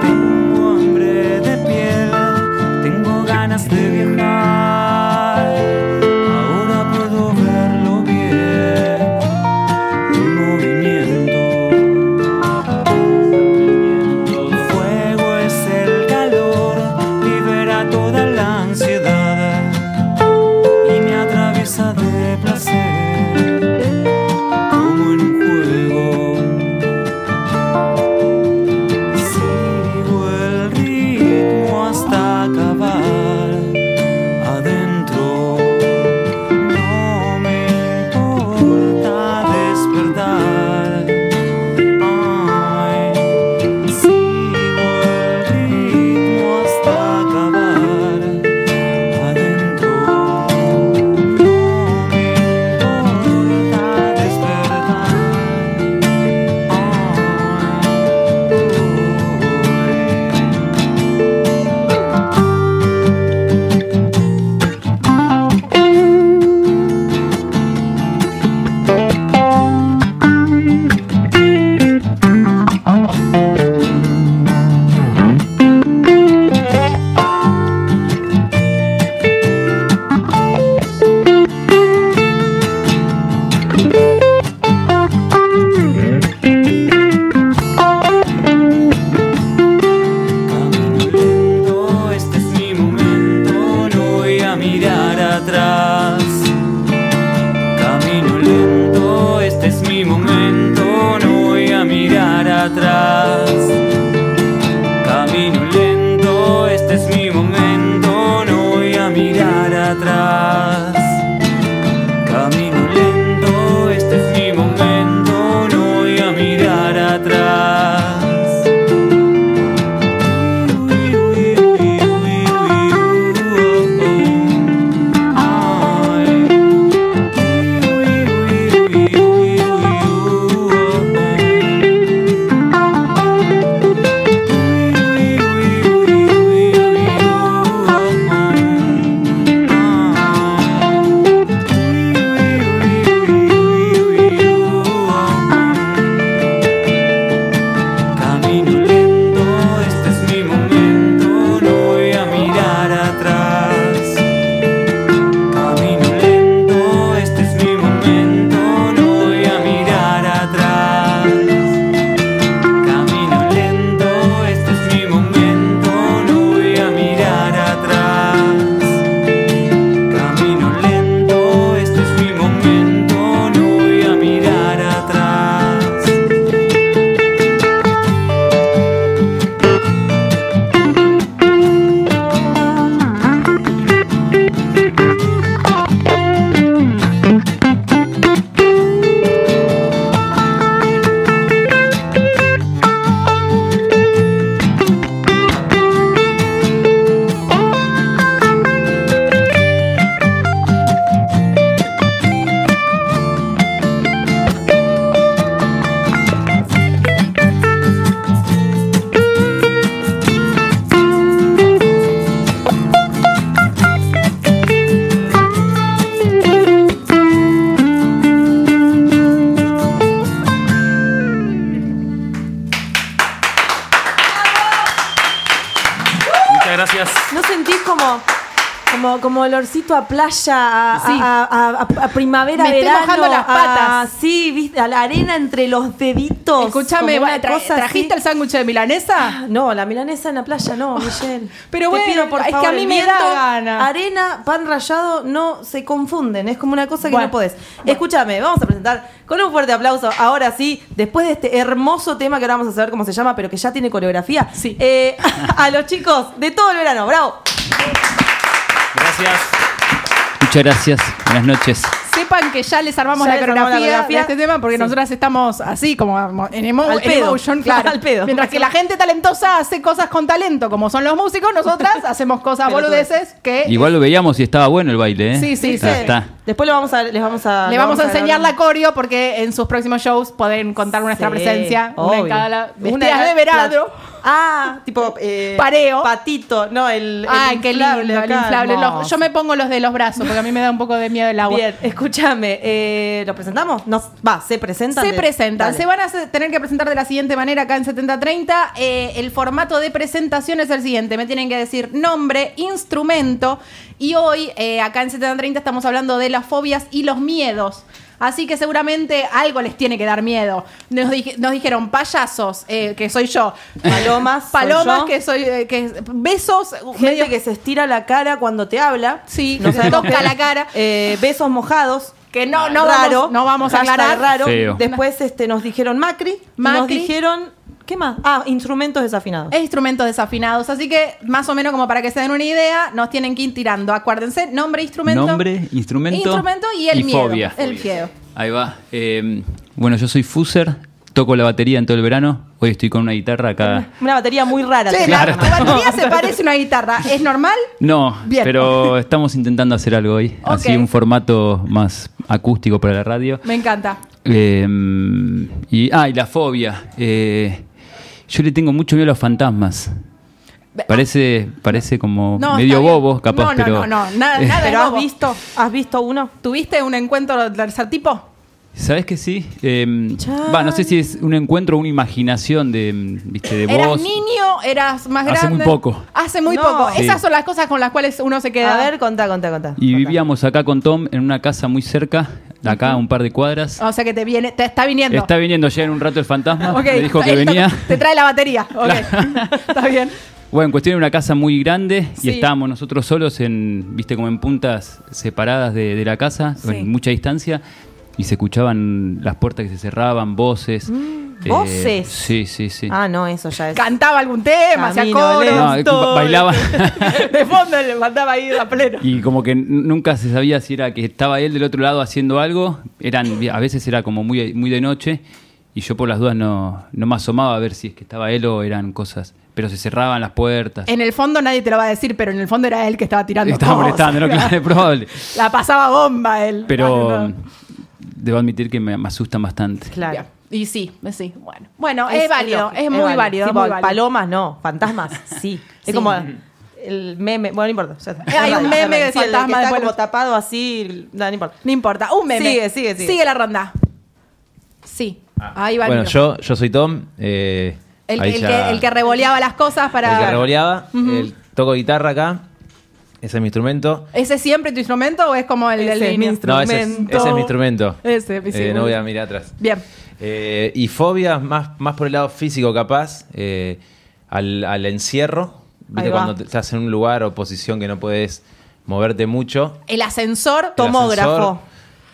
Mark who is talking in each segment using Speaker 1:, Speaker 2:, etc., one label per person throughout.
Speaker 1: Tengo hambre de piel, tengo ganas de viajar. Ahora puedo verlo bien. El movimiento, el fuego es el calor, libera toda la ansiedad y me atraviesa de placer. Como en un juego. Sigo el ritmo hasta acabar adentro. No me importa despertar. Ay, sigo el ritmo hasta acabar adentro. No me importa despertar. Ay, Camino lento, este es mi momento, no voy a mirar atrás. Camino lento, este es mi momento, no voy a mirar atrás. Camino lento, este es mi momento, no voy a mirar atrás. Camino lento, este es mi momento, no voy a mirar atrás. Camino lento, este es mi momento, no voy a mirar atrás. Camino lento, este es mi momento, no voy a mirar atrás. Camino lento, este es mi momento, no voy a mirar atrás. Camino lento, este es mi momento, no voy a mirar atrás.
Speaker 2: Muchas gracias.
Speaker 3: ¿No sentís como, como, como olorcito a playa, a,
Speaker 4: Sí.
Speaker 3: a- a- a- a primavera,
Speaker 4: Me estoy
Speaker 3: verano?
Speaker 4: mojando las
Speaker 3: a-
Speaker 4: patas.
Speaker 3: sí, viste, a la arena entre los deditos.
Speaker 4: Escúchame,
Speaker 3: como una
Speaker 4: tra-
Speaker 3: cosa
Speaker 4: ¿trajiste el
Speaker 3: así. Ah,
Speaker 4: sándwich de milanesa?
Speaker 3: No, la milanesa en la playa no, Michelle.
Speaker 4: Pero
Speaker 3: Te
Speaker 4: bueno,
Speaker 3: pido, por
Speaker 4: es que
Speaker 3: favor,
Speaker 4: a mí
Speaker 3: el
Speaker 4: me
Speaker 3: viento,
Speaker 4: da gana.
Speaker 3: Arena, pan rallado, no se confunden. Es como una cosa que
Speaker 4: Bueno.
Speaker 3: no podés. Escúchame, vamos a presentar con un fuerte aplauso. Ahora sí, después de este hermoso tema que ahora vamos a saber cómo se llama, pero que ya tiene coreografía.
Speaker 4: Sí.
Speaker 3: eh, a los chicos de todo el verano. ¡Bravo!
Speaker 2: Gracias.
Speaker 5: Muchas gracias. Buenas noches.
Speaker 4: Sepan que que ya les armamos
Speaker 3: Ya
Speaker 4: la,
Speaker 3: les
Speaker 4: coreografía
Speaker 3: armamos la coreografía.
Speaker 4: de este tema porque
Speaker 3: Sí.
Speaker 4: nosotras estamos así, como en, emo-
Speaker 3: Al
Speaker 4: en
Speaker 3: pedo,
Speaker 4: emotion,
Speaker 3: claro,
Speaker 4: claro.
Speaker 3: al pedo.
Speaker 4: Mientras que la gente talentosa hace cosas con talento, como son los músicos, nosotras hacemos cosas
Speaker 3: Pelotudas.
Speaker 4: boludeces que...
Speaker 1: Igual lo veíamos y estaba bueno el baile, ¿eh?
Speaker 4: Sí, sí,
Speaker 1: Está-
Speaker 4: sí.
Speaker 1: está.
Speaker 3: Después lo vamos a, les vamos a.
Speaker 4: Le vamos a
Speaker 3: dar
Speaker 4: enseñar
Speaker 3: un-
Speaker 4: la coreo porque en sus próximos shows pueden contar nuestra
Speaker 3: Sí,
Speaker 4: presencia. Una en
Speaker 3: obvio.
Speaker 4: cada la-
Speaker 3: Una
Speaker 4: vestidas de
Speaker 3: en cada-
Speaker 4: verano.
Speaker 3: Ah, tipo. eh,
Speaker 4: Pareo.
Speaker 3: Patito, no, el.
Speaker 4: Ah,
Speaker 3: el
Speaker 4: qué lindo,
Speaker 3: inflable
Speaker 4: el
Speaker 3: acá,
Speaker 4: inflable. Los-
Speaker 3: hermoso.
Speaker 4: yo me pongo los de los brazos porque a mí me da un poco de miedo el agua.
Speaker 3: Bien, escúchame. eh, ¿Lo presentamos? Nos, va, se presentan.
Speaker 4: Se
Speaker 3: de-
Speaker 4: presentan,
Speaker 3: Dale.
Speaker 4: se van a hacer- tener que presentar de la siguiente manera acá en 7030. Eh, el formato de presentación es el siguiente, me tienen que decir nombre, instrumento y hoy eh, acá en 7030 estamos hablando de las fobias y los miedos. Así que seguramente algo les tiene que dar miedo. Nos, dije- nos dijeron payasos, eh, que soy yo.
Speaker 3: Palomas. soy
Speaker 4: Palomas,
Speaker 3: yo.
Speaker 4: que soy... eh, que besos, medio-
Speaker 3: Gente que se estira la cara cuando te habla.
Speaker 4: Sí,
Speaker 3: No
Speaker 4: que se
Speaker 3: sabemos
Speaker 4: toca
Speaker 3: qué.
Speaker 4: la cara.
Speaker 3: Eh, besos mojados.
Speaker 4: que no, no
Speaker 3: raro.
Speaker 4: vamos, no vamos a
Speaker 3: hashtag
Speaker 4: aclarar.
Speaker 3: raro.
Speaker 1: Feo.
Speaker 3: Después este, nos dijeron Macri. y Nos
Speaker 4: Macri.
Speaker 3: dijeron. ¿Qué más? Ah, instrumentos desafinados.
Speaker 4: e instrumentos desafinados. Así que, más o menos, como para que se den una idea, nos tienen que ir tirando. Acuérdense, nombre, instrumento.
Speaker 1: Nombre, instrumento,
Speaker 4: Instrumento y el miedo.
Speaker 1: fobia.
Speaker 4: El miedo.
Speaker 1: Ahí va. Eh, bueno, yo soy Fuser, toco la batería en todo el verano. Hoy estoy con una guitarra acá.
Speaker 3: Una batería muy rara.
Speaker 4: Che,
Speaker 3: tenés.
Speaker 4: la-
Speaker 1: Claro.
Speaker 4: tu batería se parece a una guitarra. ¿Es normal?
Speaker 1: No,
Speaker 4: Bien.
Speaker 1: pero estamos intentando hacer algo hoy. Así
Speaker 4: Ok.
Speaker 1: un formato más acústico para la radio.
Speaker 4: Me encanta.
Speaker 1: Eh, y, ah, y la fobia. Eh, yo le tengo mucho miedo a los fantasmas. Parece, parece como
Speaker 4: No,
Speaker 1: medio
Speaker 4: está bien.
Speaker 1: bobo, capaz,
Speaker 4: No, no,
Speaker 1: pero. eh,
Speaker 4: no, no, nada, nada.
Speaker 3: Pero has
Speaker 4: bobo.
Speaker 3: visto, has visto uno.
Speaker 4: ¿Tuviste un encuentro del tercer tipo?
Speaker 1: ¿Sabes que sí? Eh,
Speaker 3: Chan.
Speaker 1: va, no sé si es un encuentro o una imaginación de, mm, ¿viste, de
Speaker 4: ¿Eras
Speaker 1: vos.
Speaker 4: niño? ¿Eras más grande?
Speaker 1: Hace muy poco.
Speaker 4: Hace muy
Speaker 3: No.
Speaker 4: poco.
Speaker 1: Sí.
Speaker 4: Esas son las cosas con las cuales uno se queda.
Speaker 3: A ver, contá, contá, contá.
Speaker 1: Y
Speaker 3: contá.
Speaker 1: vivíamos acá con Tom en una casa muy cerca, de acá a un par de cuadras.
Speaker 4: O sea que te viene, te está viniendo.
Speaker 1: Está viniendo ya en un rato el fantasma,
Speaker 4: Ah, Ok,
Speaker 1: me dijo que
Speaker 4: está-
Speaker 1: venía.
Speaker 4: Te trae la batería. Ok.
Speaker 1: Claro.
Speaker 4: está bien.
Speaker 1: Bueno, en cuestión de una casa muy grande
Speaker 4: Sí.
Speaker 1: y estábamos nosotros solos en, viste, como en puntas separadas de, de la casa,
Speaker 4: Sí.
Speaker 1: en mucha distancia, y se escuchaban las puertas que se cerraban, voces. Eh,
Speaker 4: Mm,
Speaker 3: ¿voces?
Speaker 1: Sí, sí, sí.
Speaker 3: Ah, no, eso ya es.
Speaker 4: Cantaba algún tema, hacía
Speaker 3: Camino
Speaker 4: coros.
Speaker 1: No, eh,
Speaker 3: todo.
Speaker 1: bailaba.
Speaker 4: De fondo le mandaba ahí a pleno.
Speaker 1: Y como que n- nunca se sabía si era que estaba él del otro lado haciendo algo. Eran, a veces era como muy, muy de noche. Y yo por las dudas no, no me asomaba a ver si es que estaba él o eran cosas. Pero se cerraban las puertas.
Speaker 4: En el fondo nadie te lo va a decir, pero en el fondo era él que estaba tirando.
Speaker 1: Estaba
Speaker 4: cosas.
Speaker 1: molestando, ¿no? Claro, es probable.
Speaker 4: La pasaba bomba él.
Speaker 1: Pero
Speaker 4: Bueno, no.
Speaker 1: mm, debo admitir que me, me asustan bastante.
Speaker 3: Claro.
Speaker 4: Y sí, sí, bueno. Bueno, es, válido,
Speaker 3: lógico,
Speaker 4: es, muy
Speaker 3: válido.
Speaker 4: válido.
Speaker 3: Tipo,
Speaker 4: muy válido.
Speaker 3: Palomas no, fantasmas sí.
Speaker 4: Sí.
Speaker 3: Es como el meme, bueno, no importa. ya está.
Speaker 4: Hay un meme de
Speaker 3: Sí, el que
Speaker 4: fantasma,
Speaker 3: está
Speaker 4: después
Speaker 3: como
Speaker 4: lo-
Speaker 3: tapado así, no, no importa.
Speaker 4: No importa, un meme.
Speaker 3: Sigue, sigue, Ah. sigue.
Speaker 4: Sigue la ronda. Sí, ahí va el
Speaker 6: Bueno,
Speaker 4: mío.
Speaker 6: yo, yo soy Tom. eh,
Speaker 4: El,
Speaker 6: ahí
Speaker 4: el
Speaker 6: ya-
Speaker 4: que, el que revoleaba las cosas para.
Speaker 6: el que revoleaba, el- toco guitarra acá. Ese es mi instrumento.
Speaker 4: ¿Ese es siempre tu instrumento o es como el
Speaker 3: Ese
Speaker 4: del
Speaker 3: es mi
Speaker 4: niño?
Speaker 6: No, ese es, ese es mi instrumento.
Speaker 4: Ese, sí,
Speaker 6: Eh, no
Speaker 4: muy
Speaker 6: voy
Speaker 4: bien.
Speaker 6: a mirar atrás.
Speaker 4: Bien.
Speaker 6: Eh, y fobias más, más por el lado físico, capaz, eh, al, al encierro.
Speaker 3: Ahí
Speaker 6: ¿Viste?
Speaker 3: va.
Speaker 6: Cuando te- estás en un lugar o posición que no puedes moverte mucho.
Speaker 4: El ascensor.
Speaker 6: El
Speaker 3: Tomógrafo.
Speaker 6: ascensor,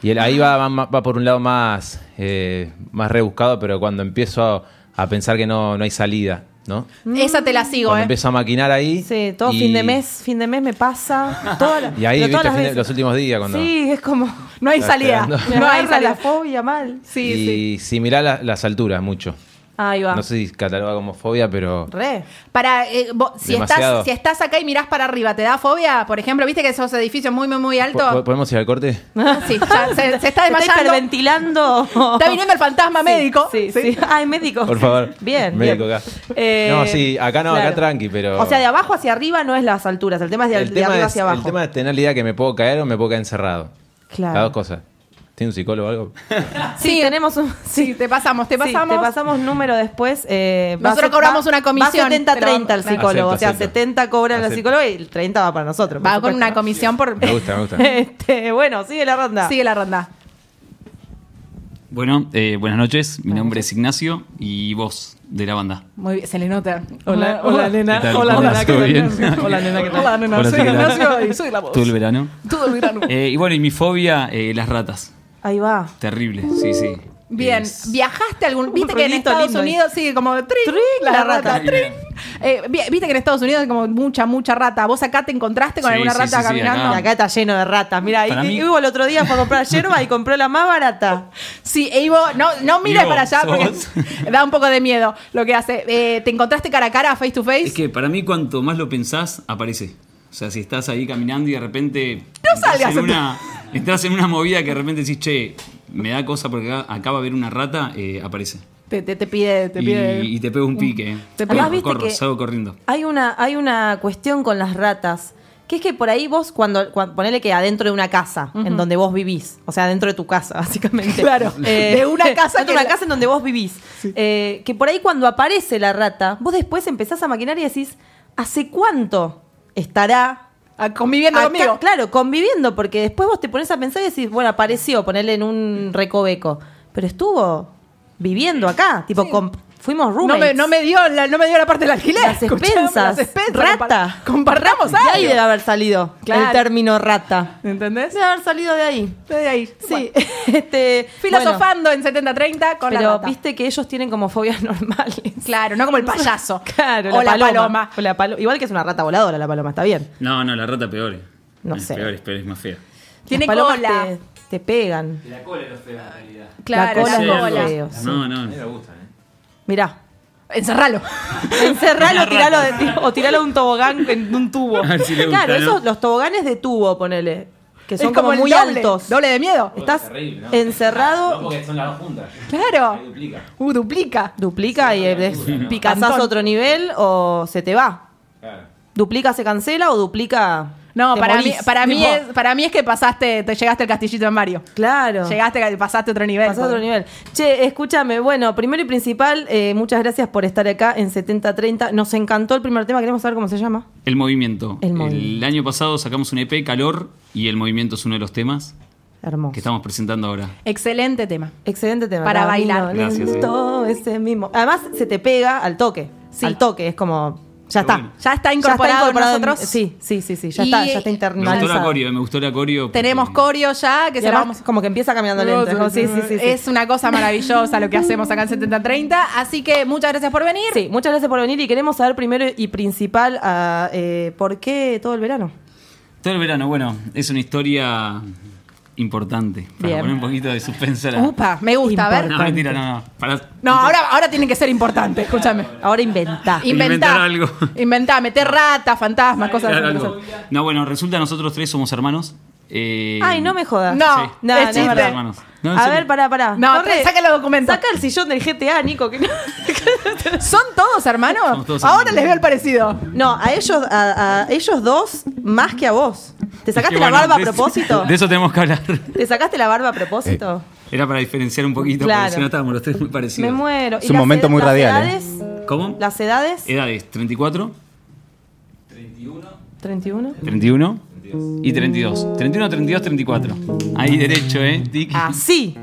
Speaker 6: Y el- ahí va, va, va por un lado más, eh, más rebuscado, pero cuando empiezo a, a pensar que no, no hay salida, ¿no?
Speaker 4: Esa te la sigo,
Speaker 6: Cuando
Speaker 4: ¿eh?
Speaker 6: empiezo a maquinar ahí.
Speaker 3: Sí, todo
Speaker 6: y-
Speaker 3: fin de mes, fin de mes me pasa. todas las-
Speaker 6: Y ahí,
Speaker 3: pero
Speaker 6: viste,
Speaker 3: todas las
Speaker 6: fin de-
Speaker 3: veces.
Speaker 6: los últimos días cuando...
Speaker 3: Sí, es como
Speaker 4: No hay
Speaker 6: Está
Speaker 4: salida.
Speaker 6: esperando.
Speaker 3: me
Speaker 4: No hay
Speaker 3: agarra la
Speaker 4: salida.
Speaker 3: fobia mal.
Speaker 4: Sí,
Speaker 6: y
Speaker 4: sí.
Speaker 6: similar a las alturas, mucho.
Speaker 3: Ahí va.
Speaker 6: No sé si cataloga como fobia, pero...
Speaker 3: Re.
Speaker 4: Para, eh, vos- si,
Speaker 6: Demasiado.
Speaker 4: estás, si estás acá y mirás para arriba, ¿te da fobia? Por ejemplo, ¿viste que esos edificios muy, muy, muy
Speaker 6: ¿Po-
Speaker 4: altos?
Speaker 6: ¿Podemos ir al corte?
Speaker 4: Sí, ya, se, se está
Speaker 3: Se Está
Speaker 4: desmayando.
Speaker 3: hiperventilando.
Speaker 4: Está viniendo el fantasma médico.
Speaker 3: Sí, sí. Ah, es médico.
Speaker 6: Por favor.
Speaker 3: Bien.
Speaker 6: Médico
Speaker 3: bien. Eh,
Speaker 6: acá. No, sí, acá no, acá tranqui, pero-
Speaker 3: O sea, de abajo hacia arriba no es las alturas, el tema es de, de arriba
Speaker 6: es,
Speaker 3: hacia abajo.
Speaker 6: el tema es tener la idea que me puedo caer o me puedo quedar encerrado.
Speaker 3: Claro.
Speaker 6: Las dos cosas. ¿Tiene un psicólogo o algo?
Speaker 3: Sí, tenemos un.
Speaker 4: Sí, te pasamos, te
Speaker 3: Sí,
Speaker 4: pasamos.
Speaker 3: te pasamos número después. eh, va
Speaker 4: Nosotros
Speaker 3: a-
Speaker 4: cobramos
Speaker 3: va-
Speaker 4: una comisión,
Speaker 3: Va 70-30
Speaker 4: pero-
Speaker 3: el psicólogo.
Speaker 6: Acepto,
Speaker 3: o sea,
Speaker 6: acepto.
Speaker 3: 70 cobran el
Speaker 6: Acepto.
Speaker 3: psicólogo y el 30 va para nosotros. por
Speaker 4: Va con
Speaker 3: supuesto.
Speaker 4: una comisión por.
Speaker 6: Me gusta, me gusta.
Speaker 3: Este, bueno, sigue la ronda.
Speaker 4: Sigue la ronda.
Speaker 7: Bueno, eh, buenas noches. Mi nombre es Ignacio y voz de la banda.
Speaker 4: Muy bien, se le nota.
Speaker 8: Hola, hola, nena.
Speaker 7: ¿Qué tal?
Speaker 8: Hola,
Speaker 7: ¿Cómo
Speaker 8: nena.
Speaker 7: andas? ¿Todo
Speaker 8: ¿qué
Speaker 7: bien?
Speaker 8: tal? Hola, nena. ¿qué tal?
Speaker 4: Hola, nena.
Speaker 7: Hola,
Speaker 8: soy
Speaker 7: ¿qué tal?
Speaker 8: Ignacio y soy la voz.
Speaker 7: Todo el verano.
Speaker 4: Todo el verano.
Speaker 7: Eh, y bueno, y mi fobia, eh, las ratas.
Speaker 3: Ahí va.
Speaker 7: Terrible, sí, sí.
Speaker 4: Bien,
Speaker 7: Es-
Speaker 4: ¿viajaste a algún.? ¿Viste
Speaker 3: Un
Speaker 4: que en
Speaker 3: ruidito
Speaker 4: Estados
Speaker 3: lindo ahí.
Speaker 4: Unidos sigue como. Trin,
Speaker 3: Trin, la rata.
Speaker 4: trin. Eh, vi- Viste que en Estados Unidos hay como mucha, mucha rata. ¿Vos acá te encontraste con
Speaker 9: Sí,
Speaker 4: alguna
Speaker 9: sí,
Speaker 4: rata
Speaker 9: sí, sí,
Speaker 4: caminando?
Speaker 9: acá.
Speaker 3: Acá está lleno de ratas. Mira, ahí
Speaker 9: Para mí-
Speaker 3: Ivo el otro día fue a comprar yerba y compró la más barata.
Speaker 4: Sí, e Ivo, no, no mires
Speaker 9: Ivo,
Speaker 4: para allá porque
Speaker 9: ¿sos?
Speaker 4: da un poco de miedo lo que hace. Eh, ¿Te encontraste cara a cara, face to face?
Speaker 9: Es que para mí, cuanto más lo pensás, aparece. O sea, si estás ahí caminando y de repente.
Speaker 4: No
Speaker 9: entras
Speaker 4: salgas.
Speaker 9: En una, entras en una movida que de repente decís, che, me da cosa porque acá, acá va a haber una rata, eh, aparece.
Speaker 4: te, te- te pide, te
Speaker 9: y,
Speaker 4: pide.
Speaker 9: y te pega un pique. eh.
Speaker 3: pega-
Speaker 4: te
Speaker 9: Corro,
Speaker 3: Además, viste
Speaker 9: corro,
Speaker 3: que-
Speaker 9: salgo corriendo.
Speaker 3: Hay una, hay una cuestión con las ratas. Que es que por ahí vos, cuando, cuan- ponele que adentro de una casa, en donde vos vivís, o sea, adentro de tu casa, básicamente. Eh,
Speaker 4: Claro, de una
Speaker 3: adentro
Speaker 4: casa
Speaker 3: de
Speaker 4: que
Speaker 3: una
Speaker 4: la-
Speaker 3: casa en donde vos vivís. Eh, que por ahí cuando aparece la rata, vos después empezás a maquinar y decís, ¿hace cuánto estará
Speaker 4: a- Ah, conviviendo
Speaker 3: Acá,
Speaker 4: conmigo.
Speaker 3: Claro, conviviendo, porque después vos te pones a pensar y decís, bueno, apareció, ponerle en un recoveco. Pero estuvo viviendo acá, tipo, com- fuimos
Speaker 4: No
Speaker 3: roommates.
Speaker 4: me, no me dio la, no me dio la parte del alquiler.
Speaker 3: Las
Speaker 4: Escuchame,
Speaker 3: expensas.
Speaker 4: Las expensas.
Speaker 3: Rata.
Speaker 4: Compar- Compartamos
Speaker 3: De ahí
Speaker 4: algo.
Speaker 3: debe haber salido
Speaker 4: Claro.
Speaker 3: el término rata.
Speaker 4: ¿Entendés?
Speaker 3: Debe haber salido de ahí.
Speaker 4: Estoy ahí.
Speaker 3: Sí, este, bueno,
Speaker 4: Filosofando en 70-30 con la
Speaker 3: pero
Speaker 4: rata.
Speaker 3: viste que ellos tienen como fobias normales.
Speaker 4: Claro, no como el payaso.
Speaker 3: Claro,
Speaker 4: o la paloma.
Speaker 3: O la palo- Igual que es una rata voladora la paloma, está bien.
Speaker 9: No, no, la rata peor. eh.
Speaker 3: No
Speaker 9: es
Speaker 3: sé.
Speaker 9: Peor, es peor, es más fea.
Speaker 4: Tiene
Speaker 3: Las palomas
Speaker 4: cola.
Speaker 3: Te, te pegan.
Speaker 9: La cola es lo feo en realidad.
Speaker 4: Claro,
Speaker 3: La
Speaker 4: la
Speaker 3: cola.
Speaker 4: cola.
Speaker 3: feo, sí.
Speaker 9: No, no.
Speaker 3: Mirá.
Speaker 4: Encerralo.
Speaker 3: Encerralo o tiralo, de- o tiralo de un tobogán en un tubo.
Speaker 9: A ver si le gusta,
Speaker 3: claro,
Speaker 9: ¿no?
Speaker 3: esos los toboganes de tubo, ponele. Que
Speaker 4: Es
Speaker 3: son
Speaker 4: como,
Speaker 3: como,
Speaker 4: el
Speaker 3: muy
Speaker 4: doble,
Speaker 3: altos.
Speaker 4: Doble de miedo.
Speaker 3: Estás
Speaker 6: Terrible, ¿no?
Speaker 3: encerrado,
Speaker 6: son las dos juntas.
Speaker 4: Claro.
Speaker 6: duplica.
Speaker 4: Uh, duplica.
Speaker 3: duplica y es-
Speaker 4: Picantón.
Speaker 3: pasás a otro nivel o se te va.
Speaker 6: Claro.
Speaker 3: Duplica se cancela o duplica.
Speaker 4: No,
Speaker 3: te
Speaker 4: para mí,
Speaker 3: morís.
Speaker 4: para, mí
Speaker 3: Tipo,
Speaker 4: es, para mí es que pasaste, te llegaste al castillito de Mario.
Speaker 3: Claro.
Speaker 4: Llegaste, pasaste a otro nivel.
Speaker 3: Pasás a otro nivel. Che, escúchame. Bueno, primero y principal, eh, muchas gracias por estar acá en 7030. Nos encantó el primer tema. Queremos saber cómo se llama.
Speaker 9: El movimiento.
Speaker 3: El movimiento.
Speaker 9: año pasado sacamos un EP, Calor, y el movimiento es uno de los temas
Speaker 3: Hermoso.
Speaker 9: que estamos presentando ahora.
Speaker 4: Excelente tema.
Speaker 3: Excelente tema.
Speaker 4: Para
Speaker 3: Camino
Speaker 4: bailar.
Speaker 9: Gracias, sí.
Speaker 3: lento, ese mismo. Además, se te pega al toque.
Speaker 4: Sí.
Speaker 3: Al toque, es como. Ya
Speaker 9: Qué
Speaker 3: está.
Speaker 9: bueno.
Speaker 4: Ya está incorporado en nosotros.
Speaker 3: sí, sí, sí, sí. Ya
Speaker 4: Y-
Speaker 3: está, ya está
Speaker 9: Me gustó la
Speaker 3: internalizado.
Speaker 9: corio, me gustó la corio. porque-
Speaker 4: Tenemos corio ya, que
Speaker 3: Y
Speaker 4: se la vamos
Speaker 3: además, como que empieza caminando lento. es como, Sí, sí, sí. sí.
Speaker 4: Es una cosa maravillosa lo que hacemos acá en 7030. Así que muchas gracias por venir.
Speaker 3: Sí, muchas gracias por venir y queremos saber primero y principal ah, eh, por qué todo el verano.
Speaker 9: Todo el verano, bueno, es una historia importante. Para
Speaker 3: Bien.
Speaker 9: poner un poquito de suspense a la.
Speaker 4: Upa, me gusta, a ver.
Speaker 9: no, mentira, no, no. Para...
Speaker 4: No, ahora, ahora tiene que ser importante, escúchame.
Speaker 3: Ahora inventá.
Speaker 4: Ah,
Speaker 9: Y-
Speaker 4: Inventá.
Speaker 9: Inventar algo.
Speaker 4: Inventá, meter ratas, fantasmas, cosas
Speaker 9: Claro,
Speaker 4: así.
Speaker 9: algo. No, bueno, resulta nosotros tres somos hermanos. eh,
Speaker 3: Ay, no me jodas.
Speaker 4: No,
Speaker 9: Sí.
Speaker 3: no,
Speaker 4: es
Speaker 3: no,
Speaker 4: chiste.
Speaker 9: somos hermanos. No, en
Speaker 3: a
Speaker 9: serio.
Speaker 3: ver, pará, pará.
Speaker 4: No,
Speaker 3: Corre.
Speaker 4: saca los documentos.
Speaker 3: Saca el sillón del GTA, Nico. Que no...
Speaker 4: ¿Son todos hermanos?
Speaker 9: Somos todos
Speaker 4: ahora
Speaker 9: hermanos.
Speaker 4: les veo el parecido.
Speaker 3: No, a ellos, a, a ellos dos más que a vos. ¿Te
Speaker 9: Es
Speaker 3: sacaste
Speaker 9: que,
Speaker 3: la
Speaker 9: este, bueno,
Speaker 3: barba
Speaker 9: de
Speaker 3: a
Speaker 9: eso-
Speaker 3: propósito?
Speaker 9: De eso Eh, tenemos que hablar.
Speaker 3: ¿Te sacaste la barba a propósito?
Speaker 9: Era para diferenciar un poquito,
Speaker 3: Claro.
Speaker 9: porque si no estábamos los tres muy parecidos.
Speaker 3: Me muero.
Speaker 1: Es un momento
Speaker 3: ed-
Speaker 1: muy radial, ¿eh?
Speaker 3: Edades,
Speaker 9: ¿Cómo?
Speaker 3: ¿Las edades?
Speaker 9: Edades, 34,
Speaker 3: 31.
Speaker 9: 31 y 32. 31, 32, 34. Ahí derecho, ¿eh? Tic.
Speaker 3: Ah, Así.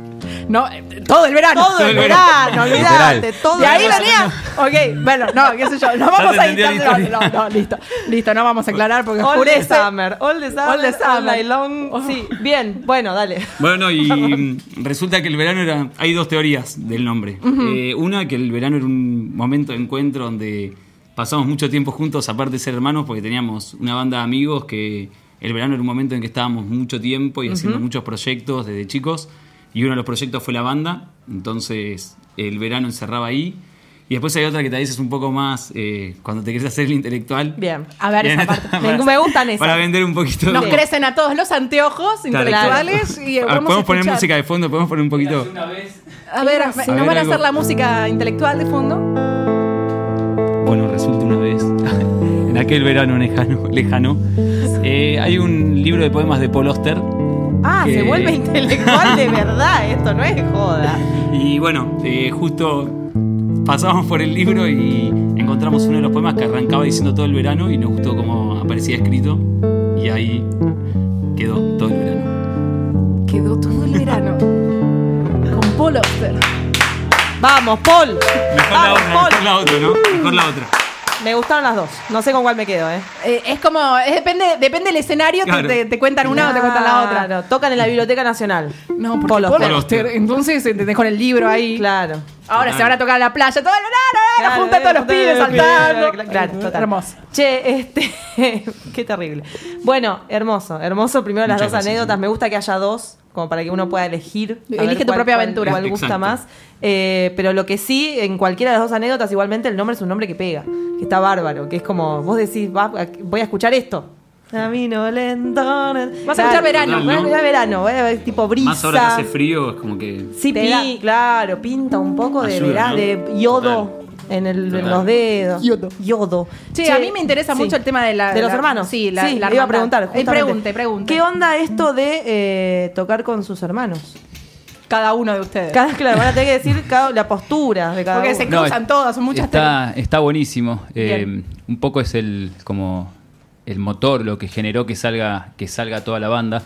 Speaker 4: No, eh, todo el verano.
Speaker 3: Todo el verano, olvidate.
Speaker 1: Literal.
Speaker 3: Todo
Speaker 4: De ahí
Speaker 3: el verano.
Speaker 4: venía. Ok, bueno, no, qué sé yo. No vamos
Speaker 9: te
Speaker 4: a
Speaker 9: entendí la
Speaker 4: editar. No,
Speaker 9: historia.
Speaker 4: no, no, listo. Listo, no vamos a aclarar porque
Speaker 3: All the
Speaker 4: oscurece.
Speaker 3: summer. All the summer.
Speaker 4: All the summer. Oh.
Speaker 3: night long. Sí, bien. Bueno, dale.
Speaker 9: Bueno, y mm, resulta que el verano era. Hay dos teorías del nombre. Eh, una, que el verano era un momento de encuentro donde pasamos mucho tiempo juntos, aparte de ser hermanos, porque teníamos una banda de amigos que el verano era un momento en que estábamos mucho tiempo y haciendo muchos proyectos desde chicos. Y uno de los proyectos fue la banda. Entonces, el verano encerraba ahí. Y después hay otra que te dices un poco más eh, cuando te querés hacer el intelectual.
Speaker 3: Bien.
Speaker 4: A ver esa parte.
Speaker 9: Para-
Speaker 3: Me gustan esas.
Speaker 9: Para vender un poquito
Speaker 4: Nos
Speaker 9: de-
Speaker 4: crecen a todos los anteojos
Speaker 9: Claro.
Speaker 4: intelectuales y eh,
Speaker 9: Ah,
Speaker 4: vamos
Speaker 9: podemos
Speaker 4: a
Speaker 9: poner
Speaker 4: escuchar.
Speaker 9: música de fondo, podemos poner un poquito.
Speaker 4: A ver, a-
Speaker 9: A
Speaker 4: ¿no
Speaker 9: ver,
Speaker 4: van a
Speaker 9: algo. Mm.
Speaker 4: hacer la música intelectual de fondo?
Speaker 9: Bueno, resulta una vez, en aquel verano lejano, lejano eh, hay un libro de poemas de Paul Oster.
Speaker 3: Ah, se
Speaker 9: que-
Speaker 3: vuelve intelectual de verdad. Esto no es joda.
Speaker 9: Y bueno, eh, justo pasamos por el libro y encontramos uno de los poemas que arrancaba diciendo todo el verano y nos gustó cómo aparecía escrito. Y ahí quedó todo el verano.
Speaker 4: Quedó todo el verano. Con Paul Auster.
Speaker 3: Vamos, Paul.
Speaker 9: Mejor la
Speaker 3: Vamos,
Speaker 9: otra,
Speaker 3: Paul.
Speaker 9: mejor la otra, ¿no? Mejor la otra.
Speaker 3: Me gustaron las dos. No sé con cuál me quedo, ¿eh?
Speaker 4: Eh, es como, es- depende, depende del escenario, te-
Speaker 9: Claro.
Speaker 4: te, te cuentan una o te cuentan la otra.
Speaker 3: Claro, tocan en la Biblioteca Nacional.
Speaker 4: No, porque
Speaker 3: Paul
Speaker 4: Paul
Speaker 3: Auster.
Speaker 4: Auster, Entonces eh, te dejó el libro ahí.
Speaker 3: Claro.
Speaker 4: Ahora se van a tocar a la playa todo el verano. la punta de todos los pibes saltando.
Speaker 3: Claro, total.
Speaker 4: Hermoso.
Speaker 3: Che, este. qué terrible. Bueno, hermoso, hermoso. Primero las
Speaker 9: Muchas
Speaker 3: dos
Speaker 9: gracias,
Speaker 3: anécdotas.
Speaker 9: sí.
Speaker 3: Me gusta que haya dos, como para que uno pueda elegir. a
Speaker 4: Elige
Speaker 3: ver
Speaker 4: tu
Speaker 3: cuál-
Speaker 4: propia
Speaker 3: cuál-
Speaker 4: aventura.
Speaker 3: Cuál gusta
Speaker 9: Exacto.
Speaker 3: más. Eh, pero lo que sí, en cualquiera de las dos anécdotas, igualmente el nombre es un nombre que pega, que está bárbaro, que es como, vos decís, va- voy a escuchar esto. Camino lento.
Speaker 4: Vas a escuchar verano. ¿eh?
Speaker 9: Total,
Speaker 3: Voy a
Speaker 9: ¿no?
Speaker 3: escuchar verano, voy a ver tipo brisa.
Speaker 9: Más ahora que hace frío, es como que.
Speaker 3: Sí,
Speaker 4: Te da-
Speaker 3: pi- claro, pinta un poco de,
Speaker 9: Ayuda,
Speaker 3: verá-
Speaker 9: ¿no?
Speaker 3: de yodo en, el, en
Speaker 9: Total.
Speaker 3: los dedos. Yodo. Yodo.
Speaker 4: Che, a mí me interesa mucho el tema de la-
Speaker 3: De los
Speaker 4: la-
Speaker 3: hermanos.
Speaker 4: sí, la- la
Speaker 3: le iba
Speaker 4: hermandad.
Speaker 3: a preguntar.
Speaker 4: Eh,
Speaker 3: justamente.
Speaker 4: pregunte, pregunte.
Speaker 3: ¿Qué onda esto de eh, tocar con sus hermanos?
Speaker 4: Cada uno de ustedes.
Speaker 3: Cada, claro, van a tener que decir cada- la postura de cada
Speaker 4: Porque
Speaker 3: uno.
Speaker 4: se cruzan
Speaker 1: es-
Speaker 4: todas, son muchas
Speaker 1: está, está buenísimo. Eh,
Speaker 4: Bien.
Speaker 1: un poco es el como el motor, lo que generó que salga, que salga toda la banda.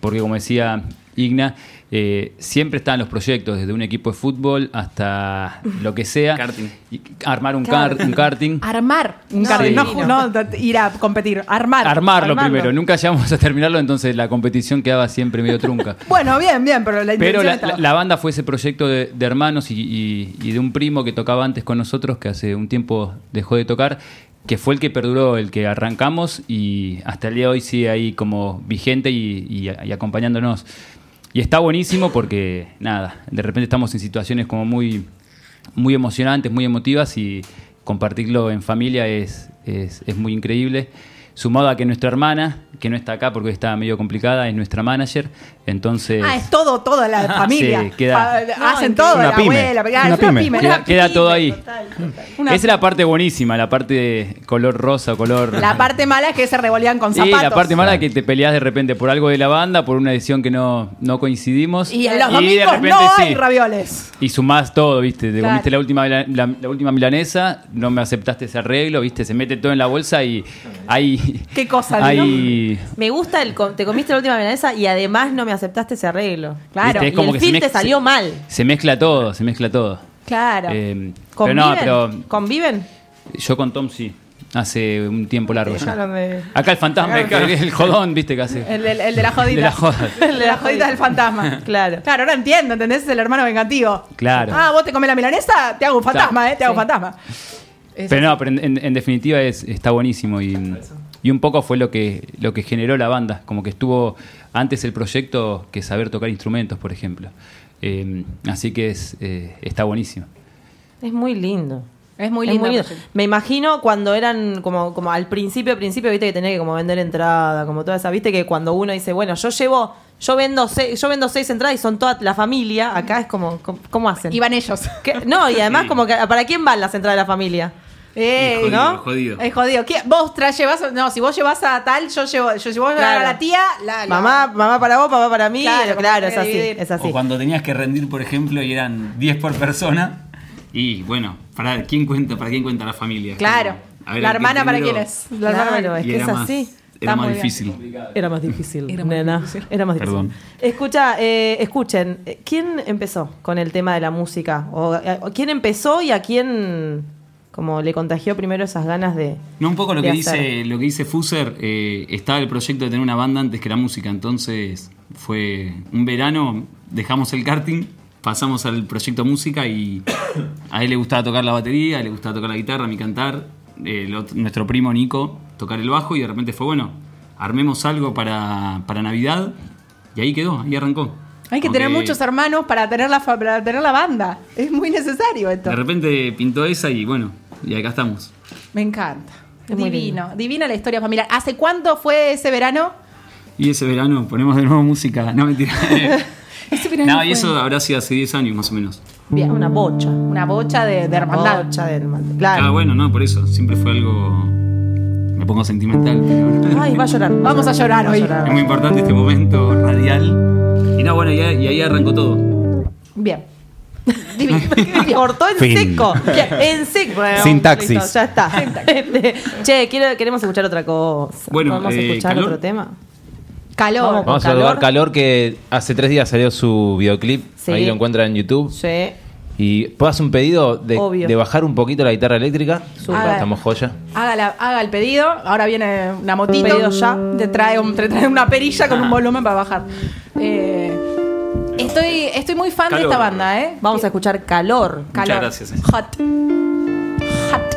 Speaker 1: Porque como decía Igna, eh, siempre están los proyectos, desde un equipo de fútbol hasta lo que sea.
Speaker 9: Karting.
Speaker 1: Y armar un, car- un karting.
Speaker 4: Armar. Un
Speaker 1: Sí.
Speaker 4: cartel, no, no, t- ir a competir. Armar.
Speaker 1: Armarlo,
Speaker 3: Armarlo.
Speaker 1: primero. Nunca llegamos a terminarlo, entonces la competición quedaba siempre medio trunca.
Speaker 4: Bueno, bien, bien, pero la
Speaker 1: Pero
Speaker 4: intención
Speaker 1: la,
Speaker 4: está.
Speaker 1: la- la banda fue ese proyecto de, de hermanos y, y- y de un primo que tocaba antes con nosotros, que hace un tiempo dejó de tocar, que fue el que perduró, el que arrancamos y hasta el día de hoy sigue ahí como vigente y, y- y acompañándonos. Y está buenísimo porque, nada, de repente estamos en situaciones como muy, muy emocionantes, muy emotivas y compartirlo en familia es, es- es muy increíble. Sumado a que nuestra hermana, que no está acá porque hoy está medio complicada, es nuestra manager, entonces...
Speaker 4: Ah, es todo, toda la familia.
Speaker 1: Sí, queda-
Speaker 4: Pa- hacen
Speaker 3: No,
Speaker 4: todo, la
Speaker 6: una pyme.
Speaker 4: abuela, ah, es
Speaker 6: Una pyme.
Speaker 1: Queda,
Speaker 4: una
Speaker 1: queda
Speaker 4: pyme.
Speaker 1: todo ahí.
Speaker 4: Una-
Speaker 1: Esa es la parte buenísima, la parte de color rosa, color.
Speaker 4: La parte mala es que se revolían con
Speaker 1: Y
Speaker 4: zapatos.
Speaker 1: la parte mala es que te peleas de repente por algo de la banda, por una edición que no, no coincidimos.
Speaker 4: Y en los
Speaker 1: de
Speaker 4: domingos no
Speaker 1: repente
Speaker 4: hay
Speaker 1: sí.
Speaker 4: ravioles.
Speaker 1: Y sumás todo, ¿viste? Te
Speaker 4: Claro.
Speaker 1: comiste la última, la, la- la última milanesa, no me aceptaste ese arreglo, ¿viste? Se mete todo en la bolsa y hay.
Speaker 4: Qué cosa, ¿no?
Speaker 1: hay-
Speaker 3: Me gusta el com- te comiste la última milanesa y además no me aceptaste ese arreglo. Claro,
Speaker 1: Viste, es como
Speaker 3: y el
Speaker 1: que se
Speaker 3: film te
Speaker 1: mezcla-
Speaker 3: salió mal.
Speaker 1: Se mezcla todo, se mezcla todo.
Speaker 3: Claro.
Speaker 1: Eh, pero
Speaker 3: ¿Conviven?
Speaker 1: no, pero
Speaker 3: ¿Conviven?
Speaker 1: yo con Tom sí, hace un tiempo largo ya.
Speaker 3: Hablan de-
Speaker 1: Acá el fantasma, el, el jodón, viste, casi.
Speaker 4: El, del- el de la jodita.
Speaker 1: De la joda.
Speaker 4: El de la jodita del fantasma.
Speaker 3: Claro.
Speaker 4: Claro, ahora entiendo, ¿entendés? Es el hermano vengativo.
Speaker 1: Claro.
Speaker 4: Ah, vos te comes la milanesa, te hago un fantasma, ¿eh? Te hago un fantasma.
Speaker 1: Pero no, pero en, en- en definitiva es, está buenísimo y, y un poco fue lo que, lo que generó la banda, como que estuvo antes el proyecto que saber tocar instrumentos, por ejemplo. Eh, así que es, eh, está buenísimo.
Speaker 3: Es muy lindo.
Speaker 4: Es muy lindo el proyecto.
Speaker 3: Me imagino cuando eran como, como al principio, principio, viste que tenía que como vender entrada, como toda esa, viste que cuando uno dice, bueno, yo llevo, yo vendo seis, yo vendo seis entradas y son toda la familia, acá es como, ¿cómo, cómo hacen?
Speaker 4: Iban ellos.
Speaker 3: ¿Qué? No, y además como que, ¿para quién van las entradas de la familia?
Speaker 4: Eh,
Speaker 9: jodido,
Speaker 4: ¿no?
Speaker 9: jodido.
Speaker 4: Es jodido. ¿Qué? Vos tra llevas, no, si vos llevas a tal, yo llevo, yo llevo
Speaker 3: Claro.
Speaker 4: a la tía, Ah, la, la-
Speaker 3: Mamá, mamá para vos, papá para mí,
Speaker 4: Claro,
Speaker 3: claro,
Speaker 4: como que
Speaker 3: es
Speaker 4: hay
Speaker 3: así,
Speaker 4: que dividir.
Speaker 3: es así.
Speaker 9: O cuando tenías que rendir, por ejemplo, y eran 10 por persona. Y bueno, para quién cuenta, para quién cuenta la familia.
Speaker 4: Claro.
Speaker 9: Como, a ver,
Speaker 4: la
Speaker 9: ¿a qué
Speaker 4: hermana para quién
Speaker 9: primero?
Speaker 4: es. La hermana para-
Speaker 3: Claro, es
Speaker 9: Y
Speaker 3: que es
Speaker 9: era más,
Speaker 3: así.
Speaker 9: Era más
Speaker 4: muy bien.
Speaker 9: difícil.
Speaker 3: Era más difícil, nena. Era más difícil.
Speaker 9: Perdón.
Speaker 3: Escucha, eh, escuchen, eh, ¿quién empezó con el tema de la música? O, eh, o ¿Quién empezó y a quién como le contagió primero esas ganas de...
Speaker 9: No, un poco lo
Speaker 3: de
Speaker 9: que
Speaker 3: hacer?
Speaker 9: dice, lo que dice Fuser, eh, estaba el proyecto de tener una banda antes que la música, entonces fue un verano, dejamos el karting, pasamos al proyecto música y a él le gustaba tocar la batería, a él le gustaba tocar la guitarra, a mí cantar, el ot- nuestro primo Nico tocar el bajo y de repente fue bueno, armemos algo para, para Navidad y ahí quedó, ahí arrancó.
Speaker 4: Hay que
Speaker 9: Como
Speaker 4: tener muchos hermanos para tener, la, fa- para tener la banda. Es muy necesario esto.
Speaker 9: De repente pintó esa y bueno, y acá estamos.
Speaker 4: Me encanta.
Speaker 3: Es muy
Speaker 4: Divino, divina la historia familiar. ¿Hace cuánto fue ese verano?
Speaker 9: Y ese verano ponemos de nuevo música, no mentira.
Speaker 4: Ese verano
Speaker 9: No, y
Speaker 4: fue
Speaker 9: eso habrá sido hace 10 años más o menos.
Speaker 3: Bien, una bocha.
Speaker 4: una bocha de, de
Speaker 3: Una
Speaker 4: hermandad.
Speaker 3: bocha de hermandad.
Speaker 9: Ah,
Speaker 3: Claro.
Speaker 9: bueno, no, por eso. Siempre fue algo. Me pongo sentimental, pero.
Speaker 3: Ay, va a llorar.
Speaker 4: Vamos a llorar
Speaker 3: Va
Speaker 4: hoy.
Speaker 9: Es muy importante este momento radial. Y no, bueno, y, ahí- y ahí arrancó todo.
Speaker 4: Bien. Divino.
Speaker 3: Cortó en
Speaker 6: Fin.
Speaker 3: seco. En seco. Bueno,
Speaker 6: Sintaxis.
Speaker 3: listo, ya está. Este, che, quiero, queremos escuchar otra cosa.
Speaker 9: Bueno,
Speaker 3: ¿Podemos
Speaker 9: eh,
Speaker 3: escuchar
Speaker 9: calor.
Speaker 3: otro tema?
Speaker 4: Calor.
Speaker 3: Vamos.
Speaker 6: Vamos a
Speaker 3: Calor.
Speaker 6: saludar Calor, que hace tres días salió su videoclip.
Speaker 3: Sí.
Speaker 6: Ahí lo encuentran en YouTube.
Speaker 3: Sí.
Speaker 6: Y puedas un pedido de,
Speaker 3: Obvio.
Speaker 6: de bajar un poquito la guitarra eléctrica.
Speaker 4: Súper.
Speaker 6: Estamos joya.
Speaker 4: Haga, la- haga el pedido. Ahora viene una motito.
Speaker 3: Pedido ya.
Speaker 4: Te trae, un- te trae una perilla con un volumen para bajar. Eh, estoy, estoy muy fan de
Speaker 9: Calor.
Speaker 4: esta banda, ¿eh?
Speaker 3: Vamos a escuchar calor.
Speaker 9: Muchas eh.
Speaker 4: Calor.
Speaker 9: gracias.
Speaker 4: Hot. Hat.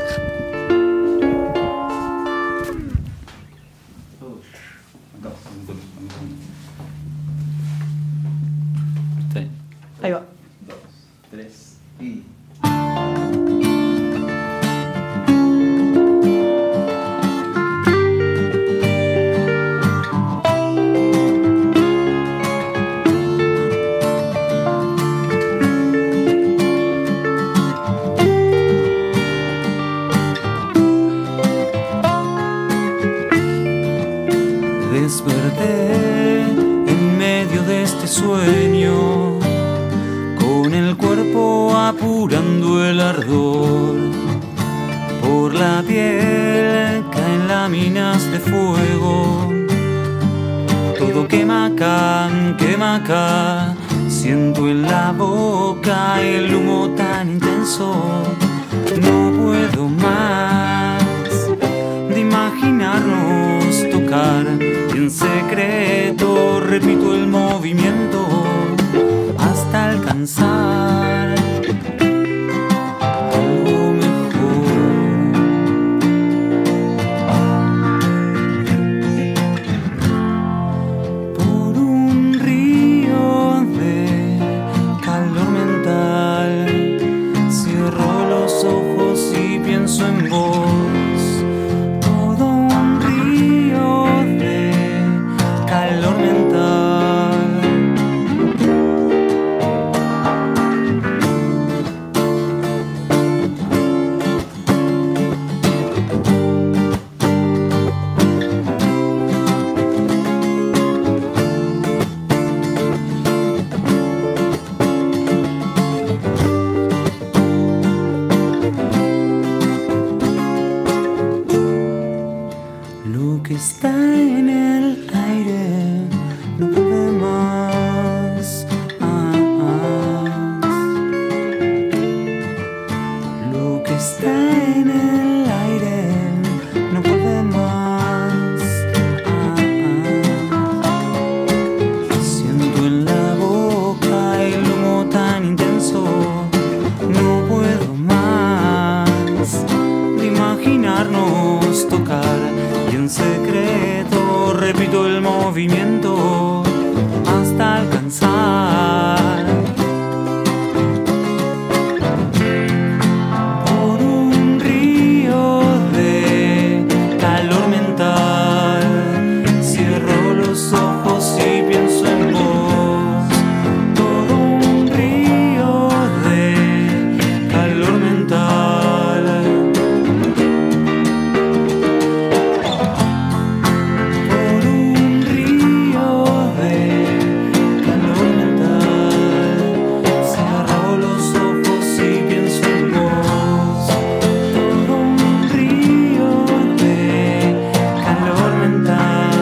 Speaker 9: Está bien.
Speaker 3: Ahí va.
Speaker 10: Desperté en medio de este sueño, con el cuerpo apurando el ardor. Por la piel caen láminas de fuego. Todo quema acá, quema acá. Siento en la boca el humo tan intenso. No puedo más de imaginarnos tocar y en secreto repito el movimiento hasta alcanzar algo mejor. por un río de calor mental. Cierro los ojos y pienso en vos. Todo un río de calor mental. Lo que está en el aire no puede más. Lo que está en el aire no puede más. Siento en la boca el humo tan intenso. No puedo más de imaginarnos tocar. Y en secreto repito el movimiento hasta alcanzar. por un río de calor mental. Cierro los ojos y pienso en vos. Todo un río de calor mental. Por un río de calor mental, cerro los ojos y pienso en vos. Por un río de calor mental.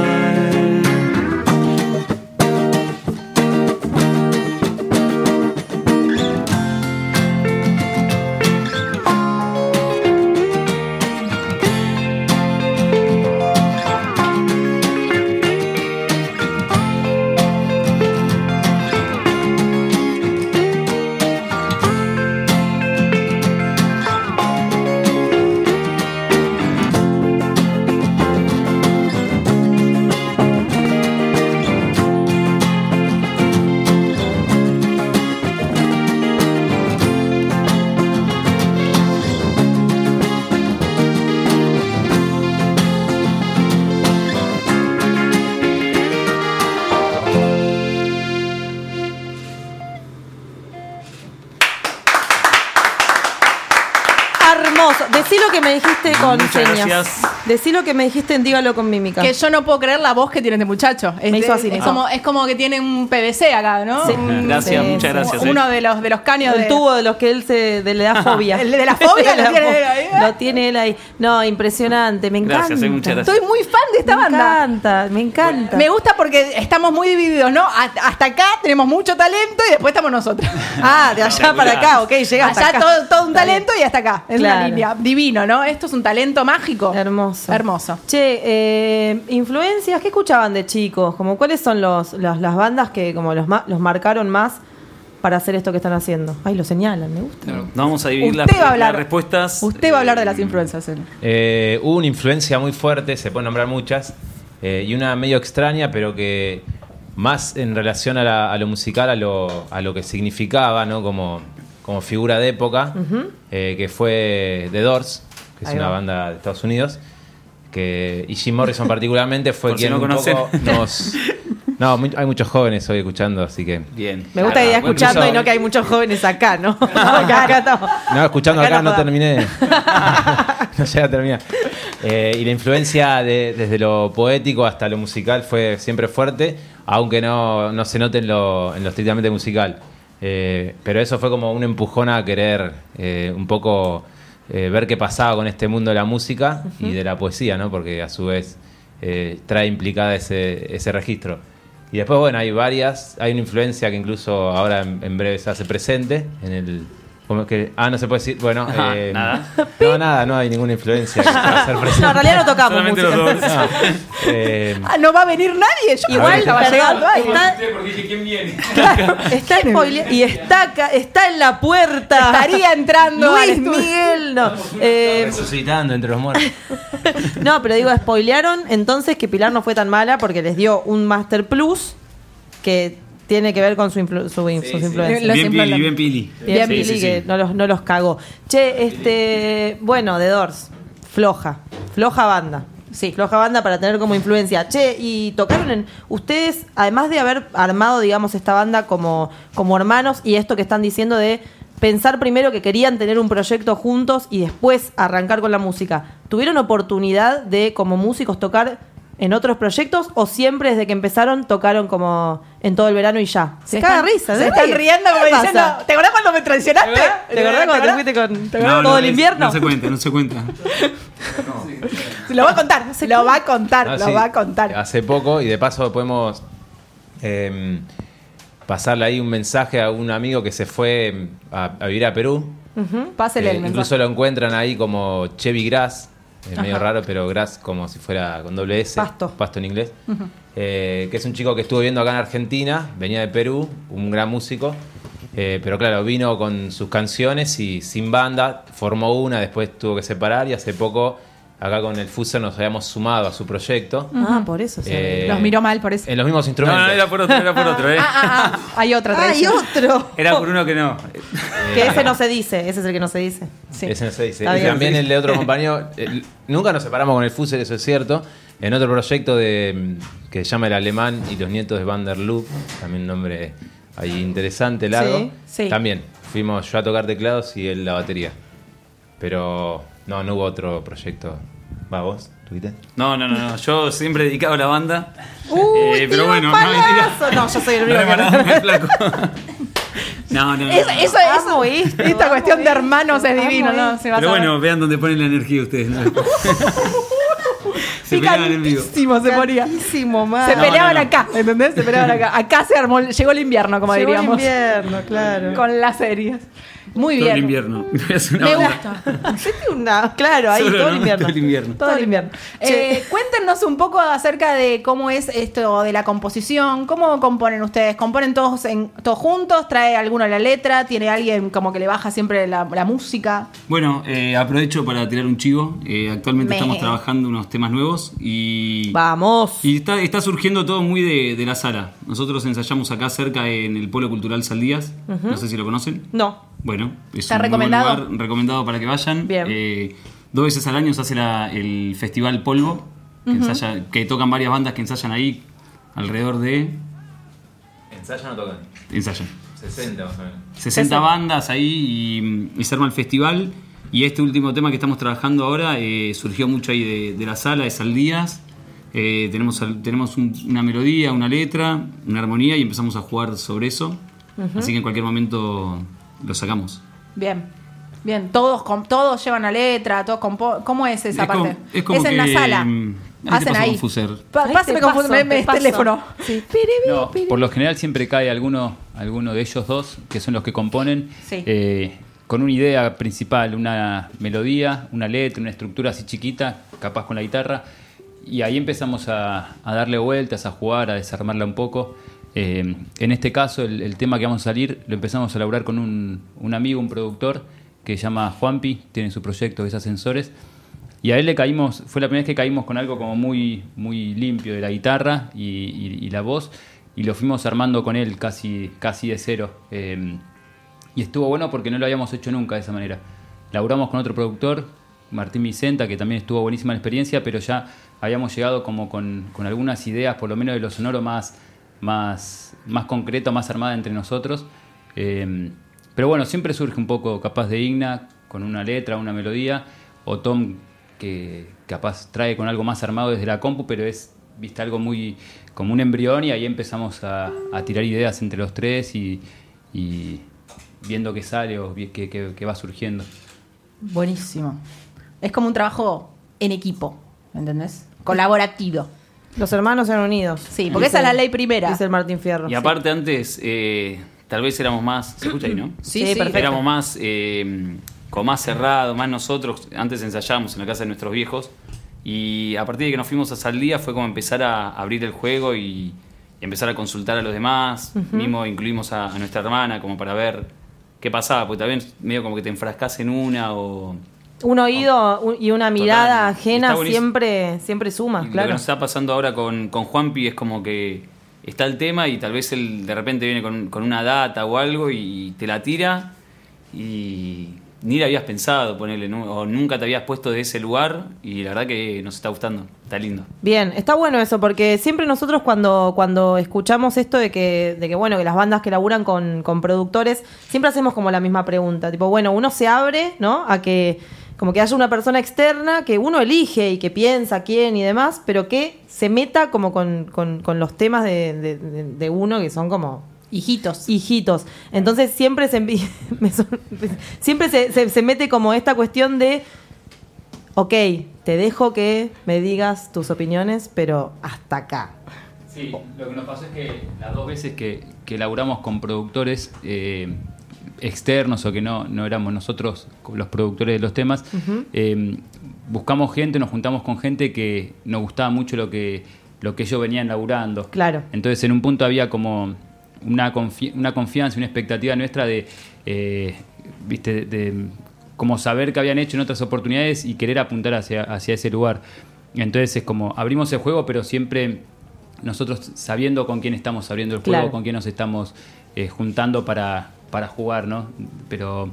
Speaker 3: Hermoso. Decí lo que me dijiste con
Speaker 9: Muchas
Speaker 3: señas.
Speaker 9: gracias.
Speaker 3: Decí lo que me dijiste en Dígalo con mímica.
Speaker 4: Que yo no puedo creer la voz que tiene este muchacho. Es,
Speaker 3: Me hizo
Speaker 4: de-
Speaker 3: así, me
Speaker 4: es
Speaker 3: hizo.
Speaker 4: como, es como que tiene un PVC acá, ¿no?
Speaker 3: Sí.
Speaker 9: Gracias,
Speaker 3: Sí,
Speaker 9: muchas
Speaker 3: sí.
Speaker 9: gracias. eh.
Speaker 4: Uno de los, de los caños
Speaker 3: el
Speaker 4: de-
Speaker 3: tubo de los que él se de, le da fobia.
Speaker 4: ¿El de la fobia?
Speaker 3: Le
Speaker 4: ¿Lo
Speaker 3: da
Speaker 4: tiene él
Speaker 3: fobia.
Speaker 4: ahí?
Speaker 3: Lo tiene él ahí. No, impresionante, me encanta.
Speaker 9: Gracias, eh, muchas gracias.
Speaker 4: Soy muy fan de esta
Speaker 3: me
Speaker 4: banda.
Speaker 3: encanta, me encanta.
Speaker 4: Me gusta porque estamos muy divididos, ¿no? Ha- Hasta acá tenemos mucho talento y después estamos nosotros.
Speaker 3: Ah, de allá para acá, ok, llega hasta
Speaker 4: Allá
Speaker 3: acá.
Speaker 4: Todo, todo un
Speaker 3: Está bien.
Speaker 4: talento y hasta acá. Es una
Speaker 3: Claro.
Speaker 4: línea. Divino, ¿no? Esto es un talento mágico.
Speaker 3: Hermoso.
Speaker 4: Hermoso.
Speaker 3: Che, eh, influencias, ¿qué escuchaban de chicos? Como cuáles son los, las- las bandas que como los ma- los marcaron más para hacer esto que están haciendo? Ay, lo señalan, me gusta.
Speaker 9: No, Vamos a dividir las,
Speaker 4: Usted va a
Speaker 9: las
Speaker 4: hablar.
Speaker 9: respuestas.
Speaker 4: Usted va a hablar de las
Speaker 9: Eh,
Speaker 4: influencias. Elo.
Speaker 6: Eh, hubo una influencia muy fuerte, se pueden nombrar muchas, eh, y una medio extraña, pero que más en relación a, la- a lo musical, a lo, a lo que significaba, ¿no? Como, como figura de época, eh, que fue The Doors, que es
Speaker 3: Ahí
Speaker 6: una
Speaker 3: va.
Speaker 6: banda de Estados Unidos, que y Jim Morrison particularmente fue
Speaker 9: Por si
Speaker 6: quien
Speaker 9: no
Speaker 6: un
Speaker 9: conocen.
Speaker 6: poco nos... No, mu- hay muchos jóvenes hoy escuchando, así que...
Speaker 9: Bien.
Speaker 3: Me gusta
Speaker 9: Ah,
Speaker 3: que idea
Speaker 9: bueno,
Speaker 3: escuchando
Speaker 9: eso-
Speaker 3: y no que hay muchos jóvenes acá, ¿no? acá, acá estamos.
Speaker 6: No, escuchando
Speaker 3: Acá
Speaker 6: acá,
Speaker 3: no
Speaker 6: no,
Speaker 3: joda.
Speaker 6: terminé. no llega a terminar. Eh, y la influencia de- desde lo poético hasta lo musical fue siempre fuerte, aunque no, no se note en lo, en lo estrictamente musical. Eh, pero eso fue como un empujón a querer eh, un poco eh, ver qué pasaba con este mundo de la música y de la poesía, ¿no? Porque a su vez eh, trae implicada ese, ese registro. Y después, bueno, hay varias. Hay una influencia que incluso ahora en, en breve se hace presente en el. ¿cómo que? Ah, no se puede decir. Bueno,
Speaker 9: Ajá,
Speaker 6: eh,
Speaker 9: nada.
Speaker 6: No, nada, no hay ninguna influencia que se va a hacer
Speaker 3: No,
Speaker 6: presente.
Speaker 3: en realidad no tocamos
Speaker 9: Solamente
Speaker 3: música.
Speaker 9: los dos.
Speaker 6: No, eh,
Speaker 4: Ah, no va a venir nadie. Yo
Speaker 6: Igual,
Speaker 4: estaba
Speaker 3: Ah, perdón,
Speaker 4: llegando ahí.
Speaker 3: está,
Speaker 9: Porque dije, ¿quién viene?
Speaker 3: está spoile- y está, acá- está en la puerta.
Speaker 4: Estaría entrando al
Speaker 3: Luis
Speaker 4: estudio.
Speaker 3: Miguel, no. Eh,
Speaker 6: resucitando entre los muertos.
Speaker 3: no, pero digo, spoilearon entonces que Pilar no fue tan mala porque les dio un Master Plus que tiene que ver con su influ- su in- sus influencias.
Speaker 4: Los
Speaker 9: Bien
Speaker 4: implantan.
Speaker 9: Pili, bien Pili.
Speaker 3: Bien,
Speaker 9: Sí,
Speaker 3: Billy,
Speaker 9: sí, sí.
Speaker 3: que No, los, no los cagó. Che, este. Bueno, The Doors. Floja. Floja banda. Sí. Floja banda para tener como influencia. Che, y tocaron en. Ustedes, además de haber armado, digamos, esta banda como, como hermanos y esto que están diciendo de pensar primero que querían tener un proyecto juntos y después arrancar con la música, ¿tuvieron oportunidad de, como músicos, tocar en otros proyectos o siempre desde que empezaron tocaron como en todo el verano y ya? Se, caga
Speaker 4: están-
Speaker 3: risa,
Speaker 4: Se están riendo como
Speaker 3: dicen
Speaker 4: diciendo, ¿te acordás cuando me traicionaste?
Speaker 3: ¿Te acordás cuando te fuiste con te acordás
Speaker 9: No, no,
Speaker 3: todo el
Speaker 9: es-
Speaker 3: invierno?
Speaker 9: No se cuenta, no se cuenta.
Speaker 4: Lo va a contar, lo va a contar,
Speaker 6: No,
Speaker 4: lo
Speaker 6: Ah, sí,
Speaker 4: va a contar.
Speaker 6: Hace poco, y de paso podemos eh, pasarle ahí un mensaje a un amigo que se fue em, a, a vivir a Perú.
Speaker 4: Pásele
Speaker 6: Eh,
Speaker 4: el mensaje.
Speaker 6: incluso lo encuentran ahí como Chevy Grass, es medio raro, pero Grass como si fuera con doble S.
Speaker 3: Pasto.
Speaker 6: Pasto en inglés. Eh, que es un chico que estuvo viviendo acá en Argentina, venía de Perú, un gran músico. eh, pero claro, vino con sus canciones y sin banda, formó una, después tuvo que separar y hace poco acá con el Fuser nos habíamos sumado a su proyecto.
Speaker 3: Ah, por eso. sí.
Speaker 6: Eh,
Speaker 4: Mm. Los miró mal por eso.
Speaker 6: En los mismos
Speaker 9: No,
Speaker 6: instrumentos.
Speaker 9: no, era por otro, era por otro, eh.
Speaker 4: Ah, ah, ah, hay otra
Speaker 3: Hay
Speaker 4: traición.
Speaker 3: otro.
Speaker 9: Era por uno que no.
Speaker 3: Que ese no se dice, ese es el que no se dice.
Speaker 4: Sí.
Speaker 6: Ese no se dice.
Speaker 3: Está
Speaker 6: ¿eh? Y
Speaker 3: bien.
Speaker 6: también el de otro compañero. eh, nunca nos separamos con el Fuser, eso es cierto. En otro proyecto de mm, que se llama El Alemán y los nietos de Van der Loop, también un nombre ahí interesante, largo.
Speaker 3: Sí, sí.
Speaker 6: También fuimos yo a tocar teclados y él la batería. Pero no, no hubo otro proyecto. ¿Va vos? ¿Tuviste?
Speaker 9: No, no, no, no. Yo siempre he dedicado a la banda.
Speaker 3: Uy,
Speaker 9: Eh,
Speaker 3: tío, palazo. No, yo soy el único que no.
Speaker 9: Remanado, flaco. No, no, no.
Speaker 4: Eso, eso,
Speaker 3: Amo
Speaker 4: eso-
Speaker 3: esto,
Speaker 4: esta
Speaker 3: amo
Speaker 4: cuestión de
Speaker 3: esto,
Speaker 4: hermanos es
Speaker 3: amo
Speaker 4: divino, ¿no?
Speaker 3: esto.
Speaker 4: Se va a
Speaker 9: Pero
Speaker 4: saber.
Speaker 9: bueno, vean dónde ponen la energía ustedes. ¿no? Se peleaban en vivo.
Speaker 4: picantísimo se moría.
Speaker 3: Tantísimo, man.
Speaker 4: Se
Speaker 9: No,
Speaker 4: peleaban
Speaker 9: no, no.
Speaker 4: acá, ¿entendés? Se peleaban acá. Acá se armó, el- llegó el invierno, como
Speaker 3: Llegó el
Speaker 4: diríamos.
Speaker 3: invierno, claro.
Speaker 4: Con las series. Muy
Speaker 9: Todo el
Speaker 4: bien.
Speaker 9: invierno. Es una
Speaker 4: Me
Speaker 9: banda.
Speaker 4: gusta.
Speaker 3: Hacete una- Claro, ahí,
Speaker 9: Solo,
Speaker 3: todo el
Speaker 9: ¿no?
Speaker 3: invierno.
Speaker 9: Todo el invierno.
Speaker 3: Todo el invierno. Che,
Speaker 4: Eh, cuéntenos un poco acerca de cómo es esto de la composición, cómo componen ustedes, componen todos en, todos juntos, trae alguno la letra, tiene alguien como que le baja siempre la, la música.
Speaker 9: Bueno, eh, aprovecho para tirar un chivo. Eh, actualmente
Speaker 4: Me.
Speaker 9: estamos trabajando unos temas nuevos y.
Speaker 3: Vamos.
Speaker 9: Y está, está surgiendo todo muy de, de la sala. Nosotros ensayamos acá cerca en el Polo Cultural Saldías. No sé si lo conocen.
Speaker 3: No.
Speaker 9: Bueno, es
Speaker 4: ¿Está
Speaker 9: un muy
Speaker 4: recomendado?
Speaker 9: buen lugar recomendado para que vayan.
Speaker 3: Bien.
Speaker 9: Eh, dos veces al año se hace la- el Festival Polvo, que, ensaya- que tocan varias bandas que ensayan ahí alrededor de...
Speaker 6: ¿Ensayan o tocan?
Speaker 9: Ensayan.
Speaker 6: 60 más o
Speaker 9: 60 bandas ahí y, y se arma el festival. Y este último tema que estamos trabajando ahora eh, surgió mucho ahí de, de la sala, de Saldías. Eh, tenemos al- tenemos un- una melodía, una letra, una armonía y empezamos a jugar sobre eso. Así que en cualquier momento lo sacamos.
Speaker 4: Bien. Bien, todos com- todos llevan la letra, todos compo- ¿Cómo es esa
Speaker 9: Es como-
Speaker 4: parte?
Speaker 9: es como
Speaker 4: en la
Speaker 9: que,
Speaker 4: sala.
Speaker 9: mm, ahí te
Speaker 4: Hacen
Speaker 9: paso
Speaker 4: ahí.
Speaker 9: con Fuser.
Speaker 4: Pa-
Speaker 3: Ahí te
Speaker 4: pásame con
Speaker 3: paso,
Speaker 4: Fuser, me- me-
Speaker 3: te paso.
Speaker 4: teléfono.
Speaker 3: Sí.
Speaker 1: No, por lo general siempre cae alguno, alguno de ellos dos, que son los que componen,
Speaker 4: Sí.
Speaker 1: eh, con una idea principal, una melodía, una letra, una estructura así chiquita, capaz con la guitarra. Y ahí empezamos a, a darle vueltas, a jugar, a desarmarla un poco. Eh, en este caso, el, el tema que vamos a salir lo empezamos a elaborar con un, un amigo, un productor, que se llama Juanpi, tiene su proyecto que es Ascensores. Y a él le caímos, fue la primera vez que caímos con algo como muy, muy limpio de la guitarra y, y- y la voz, y lo fuimos armando con él casi, casi de cero. Eh, y estuvo bueno porque no lo habíamos hecho nunca de esa manera. Laburamos con otro productor, Martín Vicenta, que también estuvo buenísima la experiencia, pero ya habíamos llegado como con, con algunas ideas, por lo menos de lo sonoro más, más, más concreto, más armada entre nosotros. Eh, pero bueno, siempre surge un poco capaz de Igna, con una letra, una melodía, o Tom que capaz trae con algo más armado desde la compu, pero es viste algo muy como un embrión y ahí empezamos a, a tirar ideas entre los tres y, y viendo qué sale o vi- qué, qué- qué va surgiendo.
Speaker 4: Buenísimo. Es como un trabajo en equipo, ¿entendés? Colaborativo.
Speaker 3: Los hermanos se han unidos.
Speaker 4: Sí, porque esa es la ley primera.
Speaker 3: Dice el Martín Fierro.
Speaker 9: Y aparte antes, eh, tal vez éramos más... ¿Se escucha ahí, no?
Speaker 3: Sí, perfecto.
Speaker 9: Éramos más, eh, como más cerrados, más nosotros. Antes ensayábamos en la casa de nuestros viejos. Y a partir de que nos fuimos a Saldía fue como empezar a abrir el juego y, y empezar a consultar a los demás. Mismo incluimos a, a nuestra hermana como para ver qué pasaba. Porque también medio como que te enfrascas en una o...
Speaker 3: Un oído un- y una mirada
Speaker 9: Oh. Total. Está
Speaker 3: ajena
Speaker 9: buenísimo.
Speaker 3: siempre, siempre suma,
Speaker 9: Y Lo que
Speaker 3: Ah, claro.
Speaker 9: nos está pasando ahora con, con Juanpi es como que está el tema y tal vez él de repente viene con, con una data o algo y te la tira y ni la habías pensado ponerle, o nunca te habías puesto de ese lugar y la verdad que nos está gustando, está lindo.
Speaker 3: Bien, está bueno eso, porque siempre nosotros cuando, cuando escuchamos esto de que, de que, bueno, que las bandas que laburan con, con productores, siempre hacemos como la misma pregunta. Tipo, bueno, uno se abre, ¿no? A que como que haya una persona externa que uno elige y que piensa quién y demás, pero que se meta como con, con- con los temas de, de- de- de uno que son como
Speaker 4: Hijitos.
Speaker 3: hijitos. Entonces siempre se envi- me sor- siempre se, se- se mete como esta cuestión de ok, te dejo que me digas tus opiniones, pero hasta acá.
Speaker 1: Sí, lo que nos pasó es que las dos veces que, que laburamos con productores eh, externos o que no, no éramos nosotros los productores de los temas, eh, buscamos gente, nos juntamos con gente que nos gustaba mucho lo que, lo que ellos venían laburando.
Speaker 3: Claro.
Speaker 1: Entonces en un punto había como una, confi- una confianza, una expectativa nuestra de, eh, viste, de, de como saber qué habían hecho en otras oportunidades y querer apuntar hacia, hacia ese lugar. Entonces es como abrimos el juego, pero siempre nosotros sabiendo con quién estamos abriendo el juego,
Speaker 3: Claro.
Speaker 1: con quién nos estamos eh, juntando para, para jugar, ¿no? Pero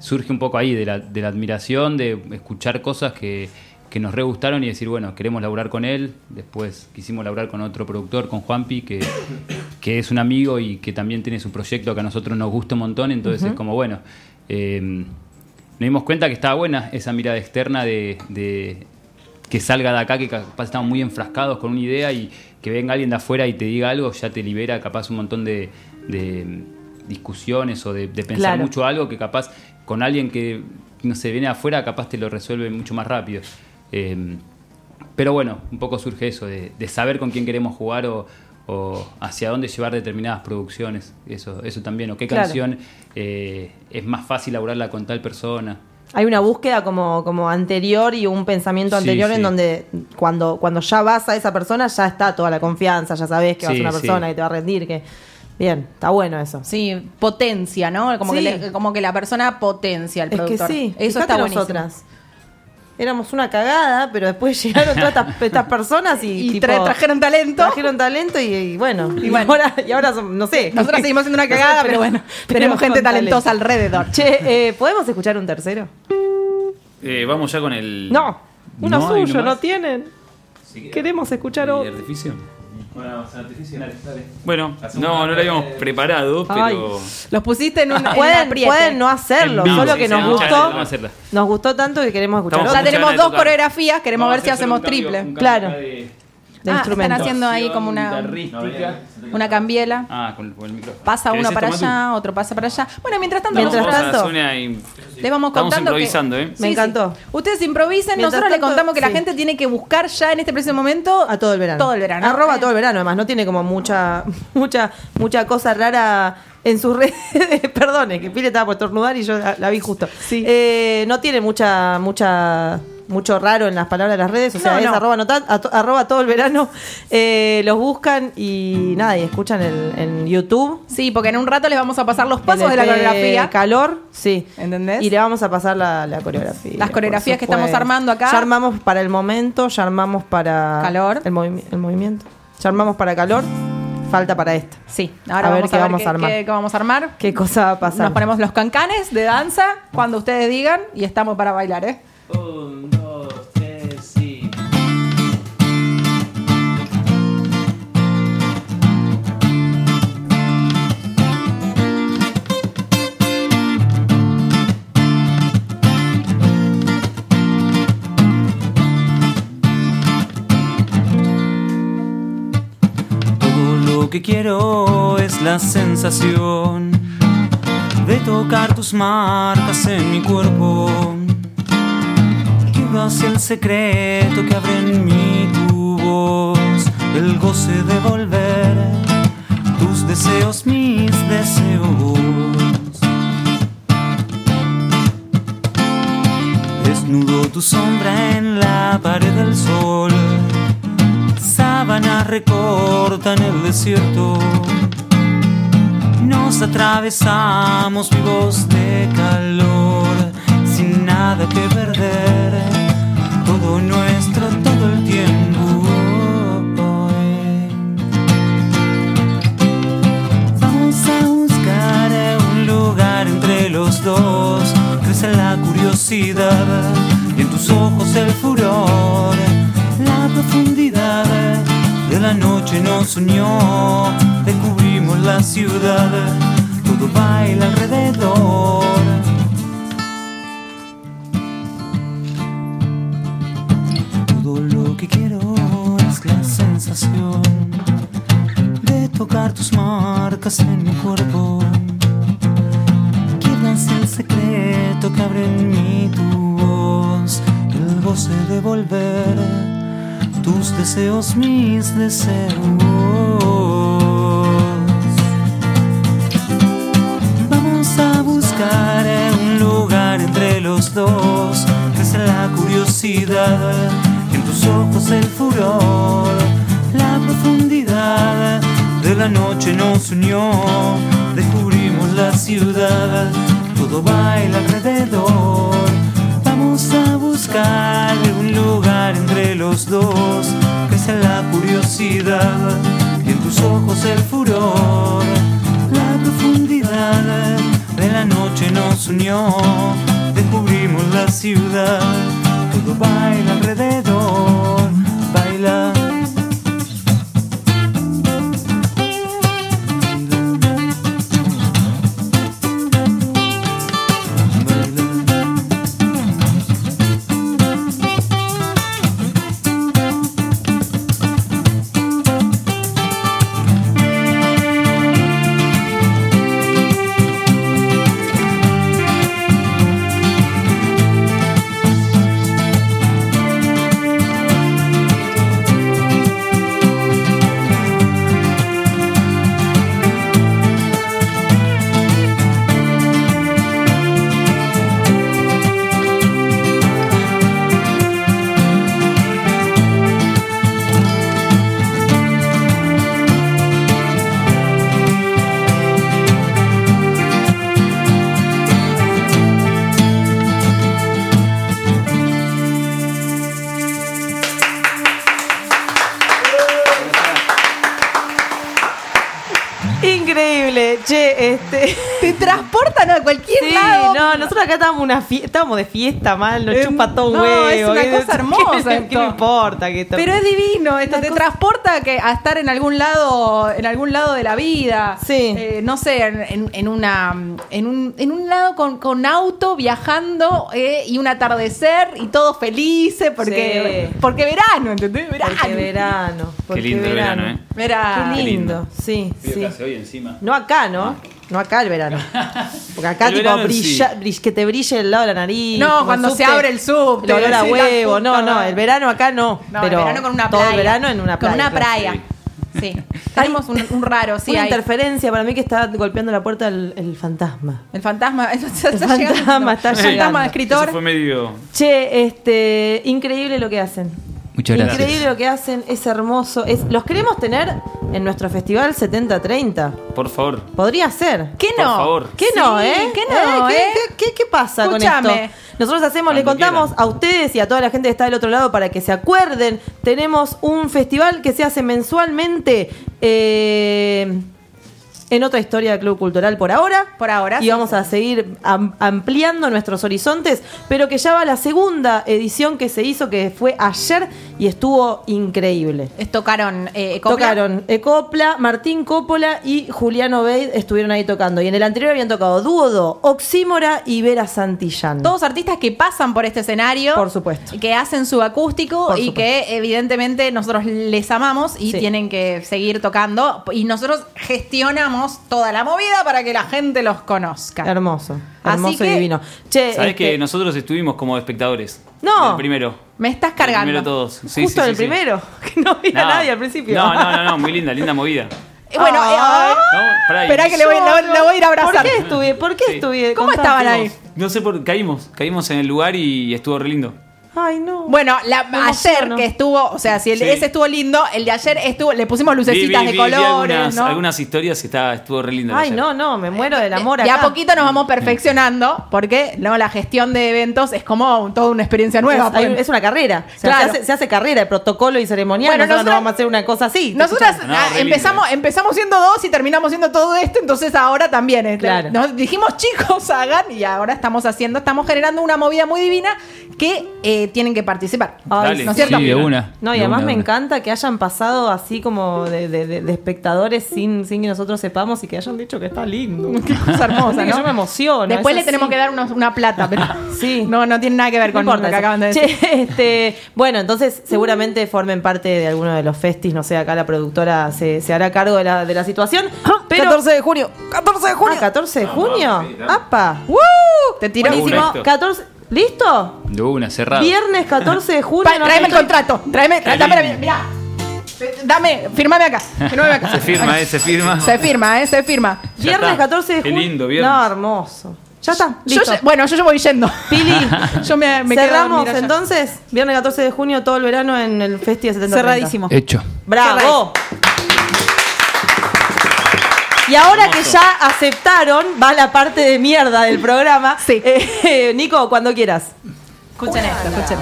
Speaker 1: surge un poco ahí de la, de la admiración, de escuchar cosas que, que nos re gustaron y decir, bueno, queremos laburar con él. Después quisimos laburar con otro productor, con Juanpi, que, que es un amigo y que también tiene su proyecto que a nosotros nos gusta un montón. Entonces es como, bueno, eh, nos dimos cuenta que estaba buena esa mirada externa de- de, que salga de acá, que capaz estamos muy enfrascados con una idea y que venga alguien de afuera y te diga algo, ya te libera capaz un montón de, de discusiones o de, de pensar
Speaker 3: Claro.
Speaker 1: mucho algo que capaz con alguien que, no sé, viene de afuera, capaz te lo resuelve mucho más rápido. Eh, pero bueno, un poco surge eso, de, de saber con quién queremos jugar o, o hacia dónde llevar determinadas producciones. Eso, eso también, o qué
Speaker 3: Claro.
Speaker 1: canción eh, es más fácil laburarla con tal persona.
Speaker 3: Hay una búsqueda como, como anterior y un pensamiento
Speaker 1: Sí,
Speaker 3: anterior
Speaker 1: sí.
Speaker 3: en donde cuando, cuando ya vas a esa persona ya está toda la confianza, ya sabes que vas a
Speaker 1: Sí,
Speaker 3: una
Speaker 1: sí.
Speaker 3: persona que te va a rendir, que bien, está bueno eso.
Speaker 4: Sí, potencia, ¿no? Como,
Speaker 3: Sí.
Speaker 4: Que le- como que la persona potencia
Speaker 3: Es
Speaker 4: al
Speaker 3: que
Speaker 4: productor.
Speaker 3: sí, fíjate
Speaker 4: Eso está buenísimo.
Speaker 3: nosotras. Éramos una cagada, pero después llegaron todas estas, estas personas y,
Speaker 4: Y
Speaker 3: tipo,
Speaker 4: tra- trajeron talento.
Speaker 3: trajeron talento y, y bueno, y,
Speaker 4: Y bueno.
Speaker 3: ahora, y ahora son- no sé.
Speaker 4: Nosotras seguimos siendo una
Speaker 3: No
Speaker 4: cagada,
Speaker 3: sé,
Speaker 4: pero bueno, tenemos
Speaker 3: con
Speaker 4: gente
Speaker 3: talento.
Speaker 4: talentosa alrededor.
Speaker 3: Che, eh, ¿podemos escuchar un tercero?
Speaker 9: Eh, vamos ya con el...
Speaker 3: No, uno
Speaker 1: No, hay
Speaker 3: suyo,
Speaker 1: nomás.
Speaker 3: no tienen. Queremos escuchar
Speaker 9: ¿El
Speaker 3: otro.
Speaker 9: artificio? Bueno, no, no lo habíamos preparado,
Speaker 3: Ay.
Speaker 9: pero...
Speaker 4: Los pusiste en un en un
Speaker 3: Pueden,
Speaker 4: apriete.
Speaker 3: pueden no hacerlo,
Speaker 9: En vivo,
Speaker 3: solo
Speaker 9: sí,
Speaker 3: que
Speaker 9: sí,
Speaker 3: nos
Speaker 9: vamos a hacerla,
Speaker 3: gustó.
Speaker 9: vamos a hacerla.
Speaker 3: Nos gustó tanto que queremos escuchar
Speaker 9: Estamos
Speaker 4: Ya
Speaker 3: otro.
Speaker 4: tenemos
Speaker 9: haciendo- Vamos a
Speaker 4: dos
Speaker 9: tocar.
Speaker 4: coreografías, queremos ver si hacemos triple.
Speaker 3: Claro. de
Speaker 4: Ah, están
Speaker 3: instrumentos.
Speaker 4: haciendo ahí como una, una cambiela.
Speaker 9: Ah, con, con el micrófono.
Speaker 4: Pasa
Speaker 9: ¿Querés
Speaker 4: uno para
Speaker 9: esto,
Speaker 4: allá, otro pasa para allá. Bueno, mientras tanto,
Speaker 3: Mientras
Speaker 4: nosotros
Speaker 3: tanto,
Speaker 4: les vamos
Speaker 9: Estamos
Speaker 4: contando. que-
Speaker 9: improvisando, ¿eh? Me
Speaker 3: encantó.
Speaker 4: Ustedes improvisen,
Speaker 3: Mientras
Speaker 4: nosotros les
Speaker 3: tanto,
Speaker 4: contamos que la
Speaker 3: sí.
Speaker 4: gente tiene que buscar ya en este preciso momento
Speaker 3: A todo el verano.
Speaker 4: Todo el verano.
Speaker 3: Arroba todo el verano, además. No tiene como mucha, mucha, mucha cosa rara en sus redes, perdone, que Pile estaba por estornudar y yo la, la vi justo. Eh, no tiene mucha, mucha, mucho raro en las palabras de las redes, o sea, es arroba, notan- ato- arroba todo el verano. Eh, los buscan y nada, y escuchan el- en YouTube.
Speaker 4: Sí, porque en un rato les vamos a pasar los pasos de la
Speaker 3: NP
Speaker 4: coreografía.
Speaker 3: Calor, sí.
Speaker 4: ¿Entendés?
Speaker 3: Y le vamos a pasar la, la coreografía.
Speaker 4: Las
Speaker 3: por
Speaker 4: coreografías que estamos
Speaker 3: supuesto.
Speaker 4: armando acá.
Speaker 3: Ya armamos para el momento, ya armamos para.
Speaker 4: Calor.
Speaker 3: El, movimi- el movimiento. Ya armamos para calor, falta para esta.
Speaker 4: Sí, ahora
Speaker 3: A ver
Speaker 4: vamos
Speaker 3: qué
Speaker 4: a ver
Speaker 3: vamos
Speaker 4: qué,
Speaker 3: a armar.
Speaker 4: qué- qué vamos a armar.
Speaker 3: ¿Qué cosa va a pasar?
Speaker 4: Nos ponemos los cancanes de danza cuando ustedes digan y estamos para bailar, ¿eh?
Speaker 11: Un, dos, tres y.
Speaker 10: Todo lo que quiero es la sensación de tocar tus marcas en mi cuerpo. Quiero hacia el secreto que abre en mí tu voz, el goce de volver tus deseos, mis deseos. Desnudo tu sombra en la pared del sol. Sábanas recortan el desierto. Nos atravesamos vivos de calor, sin nada que perder. Todo nuestro, todo el tiempo. Vamos a buscar eh, un lugar entre los dos. Crece la curiosidad y en tus ojos el furor. La profundidad de la noche nos unió. Descubrimos la ciudad, todo baila alrededor. Todo lo que quiero es la sensación de tocar tus marcas en mi cuerpo. Quieras el secreto que abre en mí tu voz, el goce de volver tus deseos, mis deseos. Vamos a buscar un lugar entre los dos. Crece la curiosidad, en tus ojos el furor. La profundidad de la noche nos unió. Descubrimos la ciudad, todo baila alrededor. Vamos a buscar un lugar entre los dos. Crece la curiosidad, y en tus ojos el furor. La profundidad de la noche nos unió, descubrimos la ciudad, todo baila alrededor, baila.
Speaker 3: Increíble, che, este.
Speaker 4: Te transportan a cualquier
Speaker 3: Sí,
Speaker 4: lado.
Speaker 3: no, nosotros acá estábamos, una fie- estábamos de fiesta mal, nos
Speaker 4: Eh,
Speaker 3: chupa todo un
Speaker 4: no,
Speaker 3: huevo.
Speaker 4: es una
Speaker 3: ¿qué-
Speaker 4: cosa hermosa
Speaker 3: ¿Qué,
Speaker 4: esto.
Speaker 3: qué me importa? Que esto-
Speaker 4: Pero es divino, esto
Speaker 3: Una
Speaker 4: te
Speaker 3: cosa-
Speaker 4: transporta que a estar en algún lado, en algún lado de la vida.
Speaker 3: Sí.
Speaker 4: Eh, no sé, en, en- en una en un, en un lado con, con auto viajando eh, y un atardecer y todos felices porque
Speaker 3: Sí.
Speaker 4: porque verano, ¿entendés? Verano. Ah.
Speaker 3: Porque verano. porque
Speaker 10: lindo el verano, ¿eh?
Speaker 4: Verano.
Speaker 3: Qué
Speaker 10: Qué
Speaker 3: lindo,
Speaker 10: lindo.
Speaker 3: sí, sí.
Speaker 10: hoy encima.
Speaker 3: No acá, ¿no? No acá el verano. Porque acá,
Speaker 10: El
Speaker 3: tipo,
Speaker 10: verano en
Speaker 3: brilla, brill- que te brille el lado de la nariz.
Speaker 4: No,
Speaker 3: como
Speaker 4: cuando se abre el subte,
Speaker 3: El olor a
Speaker 4: sí, la
Speaker 3: huevo.
Speaker 4: puta
Speaker 3: No, no,
Speaker 4: madre.
Speaker 3: el verano acá no.
Speaker 4: No,
Speaker 3: pero
Speaker 4: el verano con una
Speaker 3: Todo
Speaker 4: playa.
Speaker 3: el verano en una playa.
Speaker 4: Con una
Speaker 3: claro.
Speaker 4: playa. Sí. Tenemos un, un raro, sí.
Speaker 3: una
Speaker 4: hay.
Speaker 3: interferencia para mí que está golpeando la puerta el, el fantasma.
Speaker 4: El fantasma. El
Speaker 3: fantasma está llegando.
Speaker 4: fantasma de
Speaker 9: Eso
Speaker 4: escritor.
Speaker 9: fue medio.
Speaker 3: Che, este, increíble lo que hacen.
Speaker 1: Muchas gracias.
Speaker 3: Increíble lo que hacen, es hermoso. Es, los queremos tener en nuestro festival 70-30.
Speaker 9: Por favor.
Speaker 3: Podría ser.
Speaker 4: ¿Qué
Speaker 9: Por
Speaker 4: no?
Speaker 9: favor.
Speaker 3: ¿Qué no,
Speaker 4: Sí,
Speaker 3: eh?
Speaker 4: ¿Qué no, eh?
Speaker 3: ¿Qué, qué- qué- qué pasa con
Speaker 4: Escúchame.
Speaker 3: esto? Nosotros hacemos, le
Speaker 9: Cuando
Speaker 3: contamos a ustedes y a toda la gente que está del otro lado para que se acuerden. Tenemos un festival que se hace mensualmente eh, en otra historia del Club Cultural por ahora.
Speaker 4: Por ahora,
Speaker 3: Y
Speaker 4: sí.
Speaker 3: vamos a seguir am- ampliando nuestros horizontes, pero que ya va la segunda edición que se hizo, que fue ayer y estuvo increíble.
Speaker 4: Es- Tocaron. eh, Copla.
Speaker 3: Tocaron eh, Copla, Martín Coppola y Julián Obeid estuvieron ahí tocando. Y en el anterior habían tocado Dúodo, Oxímora y Vera Santillán.
Speaker 4: Todos artistas que pasan por este escenario.
Speaker 3: Por supuesto.
Speaker 4: Que hacen su acústico
Speaker 3: Por
Speaker 4: y
Speaker 3: supuesto.
Speaker 4: que evidentemente nosotros les amamos y
Speaker 3: Sí.
Speaker 4: tienen que seguir tocando. Y nosotros gestionamos toda la movida para que la gente los conozca.
Speaker 3: Hermoso,
Speaker 4: Así
Speaker 3: hermoso y
Speaker 4: que-
Speaker 3: divino.
Speaker 4: Eh,
Speaker 3: Che,
Speaker 9: Sabés
Speaker 3: este,
Speaker 9: que nosotros estuvimos como espectadores.
Speaker 3: No.
Speaker 9: Del primero.
Speaker 4: Me estás
Speaker 9: Del primero
Speaker 4: cargando.
Speaker 9: todos. Sí, sí,
Speaker 3: justo
Speaker 9: sí,
Speaker 3: el
Speaker 9: sí.
Speaker 3: primero, que no vi a
Speaker 9: No.
Speaker 3: nadie al principio.
Speaker 9: No, no, no, no, muy linda, linda movida.
Speaker 4: Eh, Bueno, eh,
Speaker 3: Ay.
Speaker 4: ah,
Speaker 9: No, pará ahí.
Speaker 4: esperá que le voy, la- la voy a ir a abrazar.
Speaker 3: ¿Por qué estuve? ¿Por qué
Speaker 9: Sí.
Speaker 3: estuve?
Speaker 4: ¿Cómo estaban ahí?
Speaker 9: No sé por caímos, caímos en el lugar y estuvo re lindo.
Speaker 3: Ay, no.
Speaker 4: Bueno, la,
Speaker 3: Me
Speaker 4: ayer
Speaker 3: emociono.
Speaker 4: que estuvo, o sea, si el,
Speaker 9: Sí.
Speaker 4: ese estuvo lindo, el de ayer estuvo, le pusimos lucecitas
Speaker 9: Vi- vi-
Speaker 4: de
Speaker 9: vi- vi
Speaker 4: colores,
Speaker 9: algunas,
Speaker 4: ¿no?
Speaker 9: algunas historias y está, estuvo re lindo.
Speaker 3: Ay, no, no, me muero del amor
Speaker 4: De
Speaker 3: acá.
Speaker 4: a poquito nos vamos perfeccionando, porque no la gestión de eventos es como toda una experiencia nueva. pues,
Speaker 3: Es, hay-
Speaker 4: porque-
Speaker 3: es una carrera. O sea,
Speaker 4: Claro.
Speaker 3: se, hace, se hace carrera de protocolo y ceremonial.
Speaker 4: Bueno,
Speaker 3: nosotros no
Speaker 4: nosotras-
Speaker 3: vamos a hacer una cosa así. ¿te
Speaker 4: Nosotras
Speaker 9: escuchamos.
Speaker 4: ah,
Speaker 9: No, re lindo,
Speaker 4: empezamos,
Speaker 9: eh.
Speaker 4: empezamos siendo dos y terminamos siendo todo esto, entonces ahora también. eh,
Speaker 3: Claro.
Speaker 4: Nos dijimos, chicos, hagan, y ahora estamos haciendo, estamos generando una movida muy divina que eh, tienen que participar.
Speaker 3: Ay,
Speaker 9: Dale.
Speaker 4: ¿no es cierto?
Speaker 1: Sí, de una.
Speaker 3: No, y
Speaker 1: de
Speaker 3: además
Speaker 1: una,
Speaker 3: me
Speaker 1: de una.
Speaker 3: encanta que hayan pasado así como de, de- de- de espectadores sin, sin que nosotros sepamos y que hayan dicho que está lindo.
Speaker 4: Qué cosa hermosa,
Speaker 3: Así que
Speaker 4: ¿no?
Speaker 3: Yo me emociono.
Speaker 4: Después
Speaker 3: es
Speaker 4: le tenemos
Speaker 3: así.
Speaker 4: que dar unos- una plata, pero
Speaker 3: Sí.
Speaker 4: no, no tiene nada que ver
Speaker 3: No
Speaker 4: con
Speaker 3: importa
Speaker 4: lo que
Speaker 3: eso.
Speaker 4: acaban de
Speaker 3: Che,
Speaker 4: decir.
Speaker 3: este, bueno, entonces seguramente formen parte de alguno de los festis, no sé, acá la productora se, se hará cargo de la, de la situación. Pero,
Speaker 4: 14 Ah, de junio. 14 de
Speaker 3: Ah, 14 de junio.
Speaker 6: no, sí, dale.
Speaker 3: ¡Apa!
Speaker 4: ¡Woo! Te tiró.
Speaker 9: Buenísimo.
Speaker 3: Buenísimo.
Speaker 9: Perfecto.
Speaker 3: 14, ¿Listo?
Speaker 1: De una, cerrado.
Speaker 3: Viernes 14 de junio.
Speaker 4: Pa-
Speaker 3: no
Speaker 4: tráeme el
Speaker 3: tengo-
Speaker 4: contrato. Tráeme.
Speaker 9: Cariño.
Speaker 4: Dame, mirá. Eh, Dame, firmame acá. firmame acá.
Speaker 9: Se firma,
Speaker 4: Ahí.
Speaker 9: eh, se firma.
Speaker 4: Se firma, eh, se firma.
Speaker 9: Ya
Speaker 3: Viernes
Speaker 9: está.
Speaker 3: 14 de
Speaker 9: Qué
Speaker 3: junio.
Speaker 9: lindo, viernes.
Speaker 3: No, hermoso. Ya está.
Speaker 4: Yo
Speaker 3: Listo.
Speaker 4: ya- bueno, yo ya voy yendo.
Speaker 3: Pili,
Speaker 4: Yo me, me quedo
Speaker 3: cerramos
Speaker 4: dormida ya.
Speaker 3: entonces. Viernes 14 de junio, todo el verano en el Festi de 70.
Speaker 4: Cerradísimo.
Speaker 1: Hecho.
Speaker 3: ¡Bravo! Y ahora que ya aceptaron, va la parte de mierda del programa.
Speaker 4: Sí.
Speaker 3: Eh, Nico, cuando quieras.
Speaker 4: Escuchen esto, escuchen.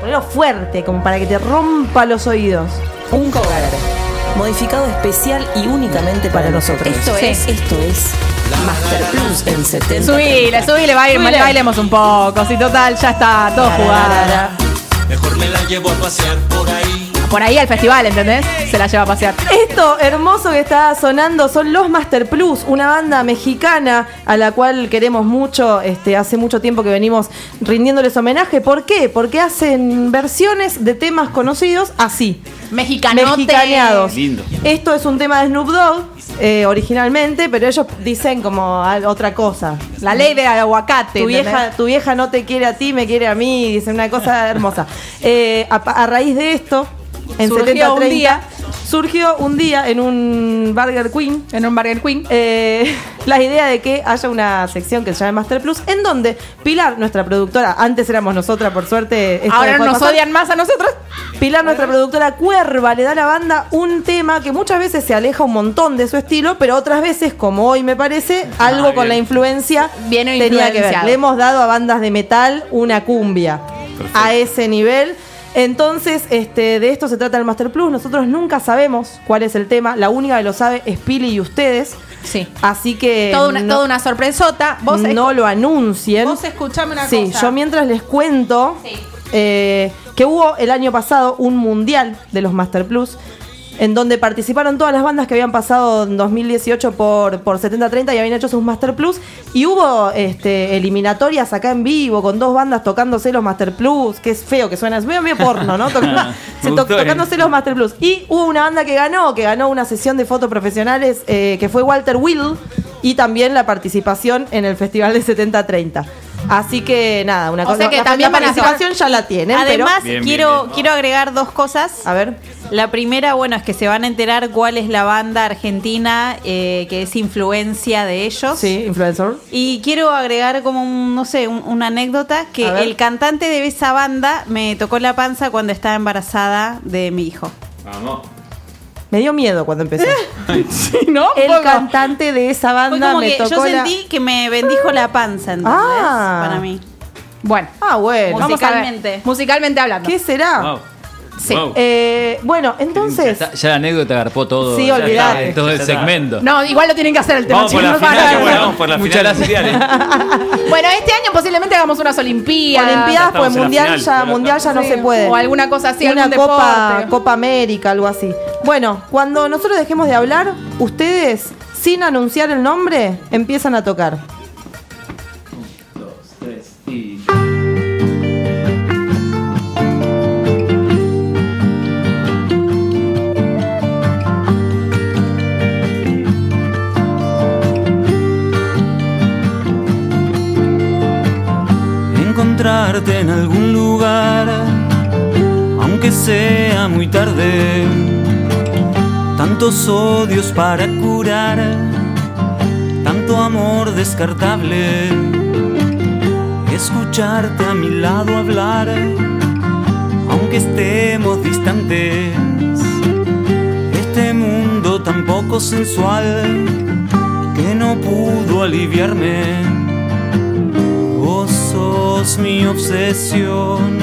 Speaker 3: Ponelo fuerte, como para que te rompa los oídos.
Speaker 12: Un cover. Modificado especial y únicamente para nosotros.
Speaker 4: Esto es-
Speaker 12: Esto es Master Plus en 70.
Speaker 4: Subile, subile, baile,
Speaker 3: Subile.
Speaker 4: bailemos un poco. Si total, ya está, todo jugado.
Speaker 13: Mejor me la llevo a pasear por ahí.
Speaker 4: Por ahí al festival, ¿entendés? Se la lleva a pasear.
Speaker 3: Esto hermoso que está sonando son los Master Plus, una banda mexicana a la cual queremos mucho. Este, hace mucho tiempo que venimos rindiéndoles homenaje. ¿Por qué? Porque hacen versiones de temas conocidos así.
Speaker 4: Mexicanote.
Speaker 3: mexicaneados.
Speaker 9: Lindo.
Speaker 3: Esto es un tema de Snoop Dogg eh, originalmente, pero ellos dicen como al- otra cosa.
Speaker 4: La ley del aguacate.
Speaker 3: Tu
Speaker 4: ¿entendés?
Speaker 3: vieja, tu vieja no te quiere a ti, me quiere a mí, dicen una cosa hermosa. Eh, a, pa- a raíz de esto, en
Speaker 4: Surgió
Speaker 3: 70
Speaker 4: un día.
Speaker 3: surgió un día en un Burger Queen
Speaker 4: En un Burger Queen.
Speaker 3: eh, la idea de que haya una sección que se llame Master Plus, en donde Pilar, nuestra productora, antes éramos nosotras, por suerte. esto
Speaker 4: Ahora
Speaker 3: dejó de
Speaker 4: nos
Speaker 3: pasar.
Speaker 4: odian más a nosotros.
Speaker 3: Pilar, nuestra productora cuerva, le da a la banda un tema que muchas veces se aleja un montón de su estilo, pero otras veces, como hoy me parece, algo con
Speaker 9: bien.
Speaker 3: la influencia
Speaker 4: Viene
Speaker 3: tenía que ver.
Speaker 4: influenciado.
Speaker 3: Le hemos dado a bandas de metal una cumbia a ese nivel. Entonces, este, de esto se trata el Master Plus. Nosotros nunca sabemos cuál es el tema. La única que lo sabe es Pili y ustedes.
Speaker 4: Sí.
Speaker 3: Así que
Speaker 4: Toda una,
Speaker 3: no,
Speaker 4: toda una sorpresota. Vos,
Speaker 3: no lo anuncien.
Speaker 4: vos escuchame una
Speaker 3: Sí,
Speaker 4: cosa.
Speaker 3: yo mientras les cuento eh, que hubo el año pasado un mundial de los Master Plus en donde participaron todas las bandas que habían pasado en 2018 por, por 70-30 y habían hecho sus Master Plus. Y hubo este, eliminatorias acá en vivo con dos bandas tocándose los Master Plus, que es feo que suena, es medio, medio porno, ¿no?
Speaker 1: Ah,
Speaker 3: Tocando- se to-
Speaker 9: gustó, eh.
Speaker 3: tocándose los Master Plus. Y hubo una banda que ganó, que ganó una sesión de fotos profesionales, eh, que fue Walter Will, y también la participación en el Festival de 70-30. Así que nada, una
Speaker 4: O
Speaker 3: cosa
Speaker 4: sea que
Speaker 3: la,
Speaker 4: también
Speaker 3: la
Speaker 4: van a ser-
Speaker 3: participación ya la tienen.
Speaker 14: Además,
Speaker 9: Bien, bien,
Speaker 14: quiero,
Speaker 9: bien.
Speaker 14: quiero agregar dos cosas.
Speaker 3: pero- a ver,
Speaker 14: La primera, bueno, es que se van a enterar cuál es la banda argentina eh, que es influencia de ellos.
Speaker 3: sí, influencer.
Speaker 14: Y quiero agregar como, un, no sé, un- una anécdota, que
Speaker 3: A ver.
Speaker 14: el cantante de esa banda me tocó la panza cuando estaba embarazada de mi hijo.
Speaker 6: Vamos.
Speaker 3: Me dio miedo cuando empezó.
Speaker 4: ¿No?
Speaker 3: El cantante de esa
Speaker 14: Fue
Speaker 3: banda
Speaker 14: como
Speaker 3: me
Speaker 14: que yo
Speaker 3: tocó la-
Speaker 14: sentí que me bendijo la panza, ¿entendés?
Speaker 3: Ah.
Speaker 14: Para mí.
Speaker 4: Bueno,
Speaker 3: Ah, bueno.
Speaker 14: Vamos a-
Speaker 4: musicalmente. Musicalmente hablando.
Speaker 3: ¿Qué será?
Speaker 4: Ah.
Speaker 1: Wow.
Speaker 4: Sí.
Speaker 1: Wow.
Speaker 3: Eh, bueno,
Speaker 1: Ya,
Speaker 3: entonces.
Speaker 1: está- ya la anécdota garpó todo.
Speaker 3: Sí,
Speaker 1: ya está,
Speaker 3: olvidate.
Speaker 1: Todo el segmento.
Speaker 4: No, igual lo tienen que hacer el tema.
Speaker 9: Vamos por
Speaker 4: chicos,
Speaker 9: la
Speaker 4: no van a-
Speaker 9: final, bueno,
Speaker 4: bueno.
Speaker 9: vamos por la
Speaker 6: Muchas
Speaker 9: final.
Speaker 6: gracias, Diane.
Speaker 4: este año posiblemente hagamos unas Olimpiadas.
Speaker 3: Olimpiadas,
Speaker 9: Ya
Speaker 3: pues
Speaker 9: estamos en la
Speaker 3: mundial
Speaker 9: final,
Speaker 3: ya,
Speaker 9: ya
Speaker 3: mundial ya no
Speaker 4: Sí,
Speaker 3: se puede.
Speaker 4: O alguna cosa así,
Speaker 3: una
Speaker 4: algún
Speaker 3: Copa,
Speaker 4: deporte.
Speaker 3: Copa América, algo así. Bueno, cuando nosotros dejemos de hablar, ustedes, sin anunciar el nombre, empiezan a tocar.
Speaker 10: encontrarte en algún lugar, aunque sea muy tarde. Tantos odios para curar, tanto amor descartable. Escucharte a mi lado hablar, aunque estemos distantes. Este mundo tan poco sensual que no pudo aliviarme. Vos sos mi obsesión,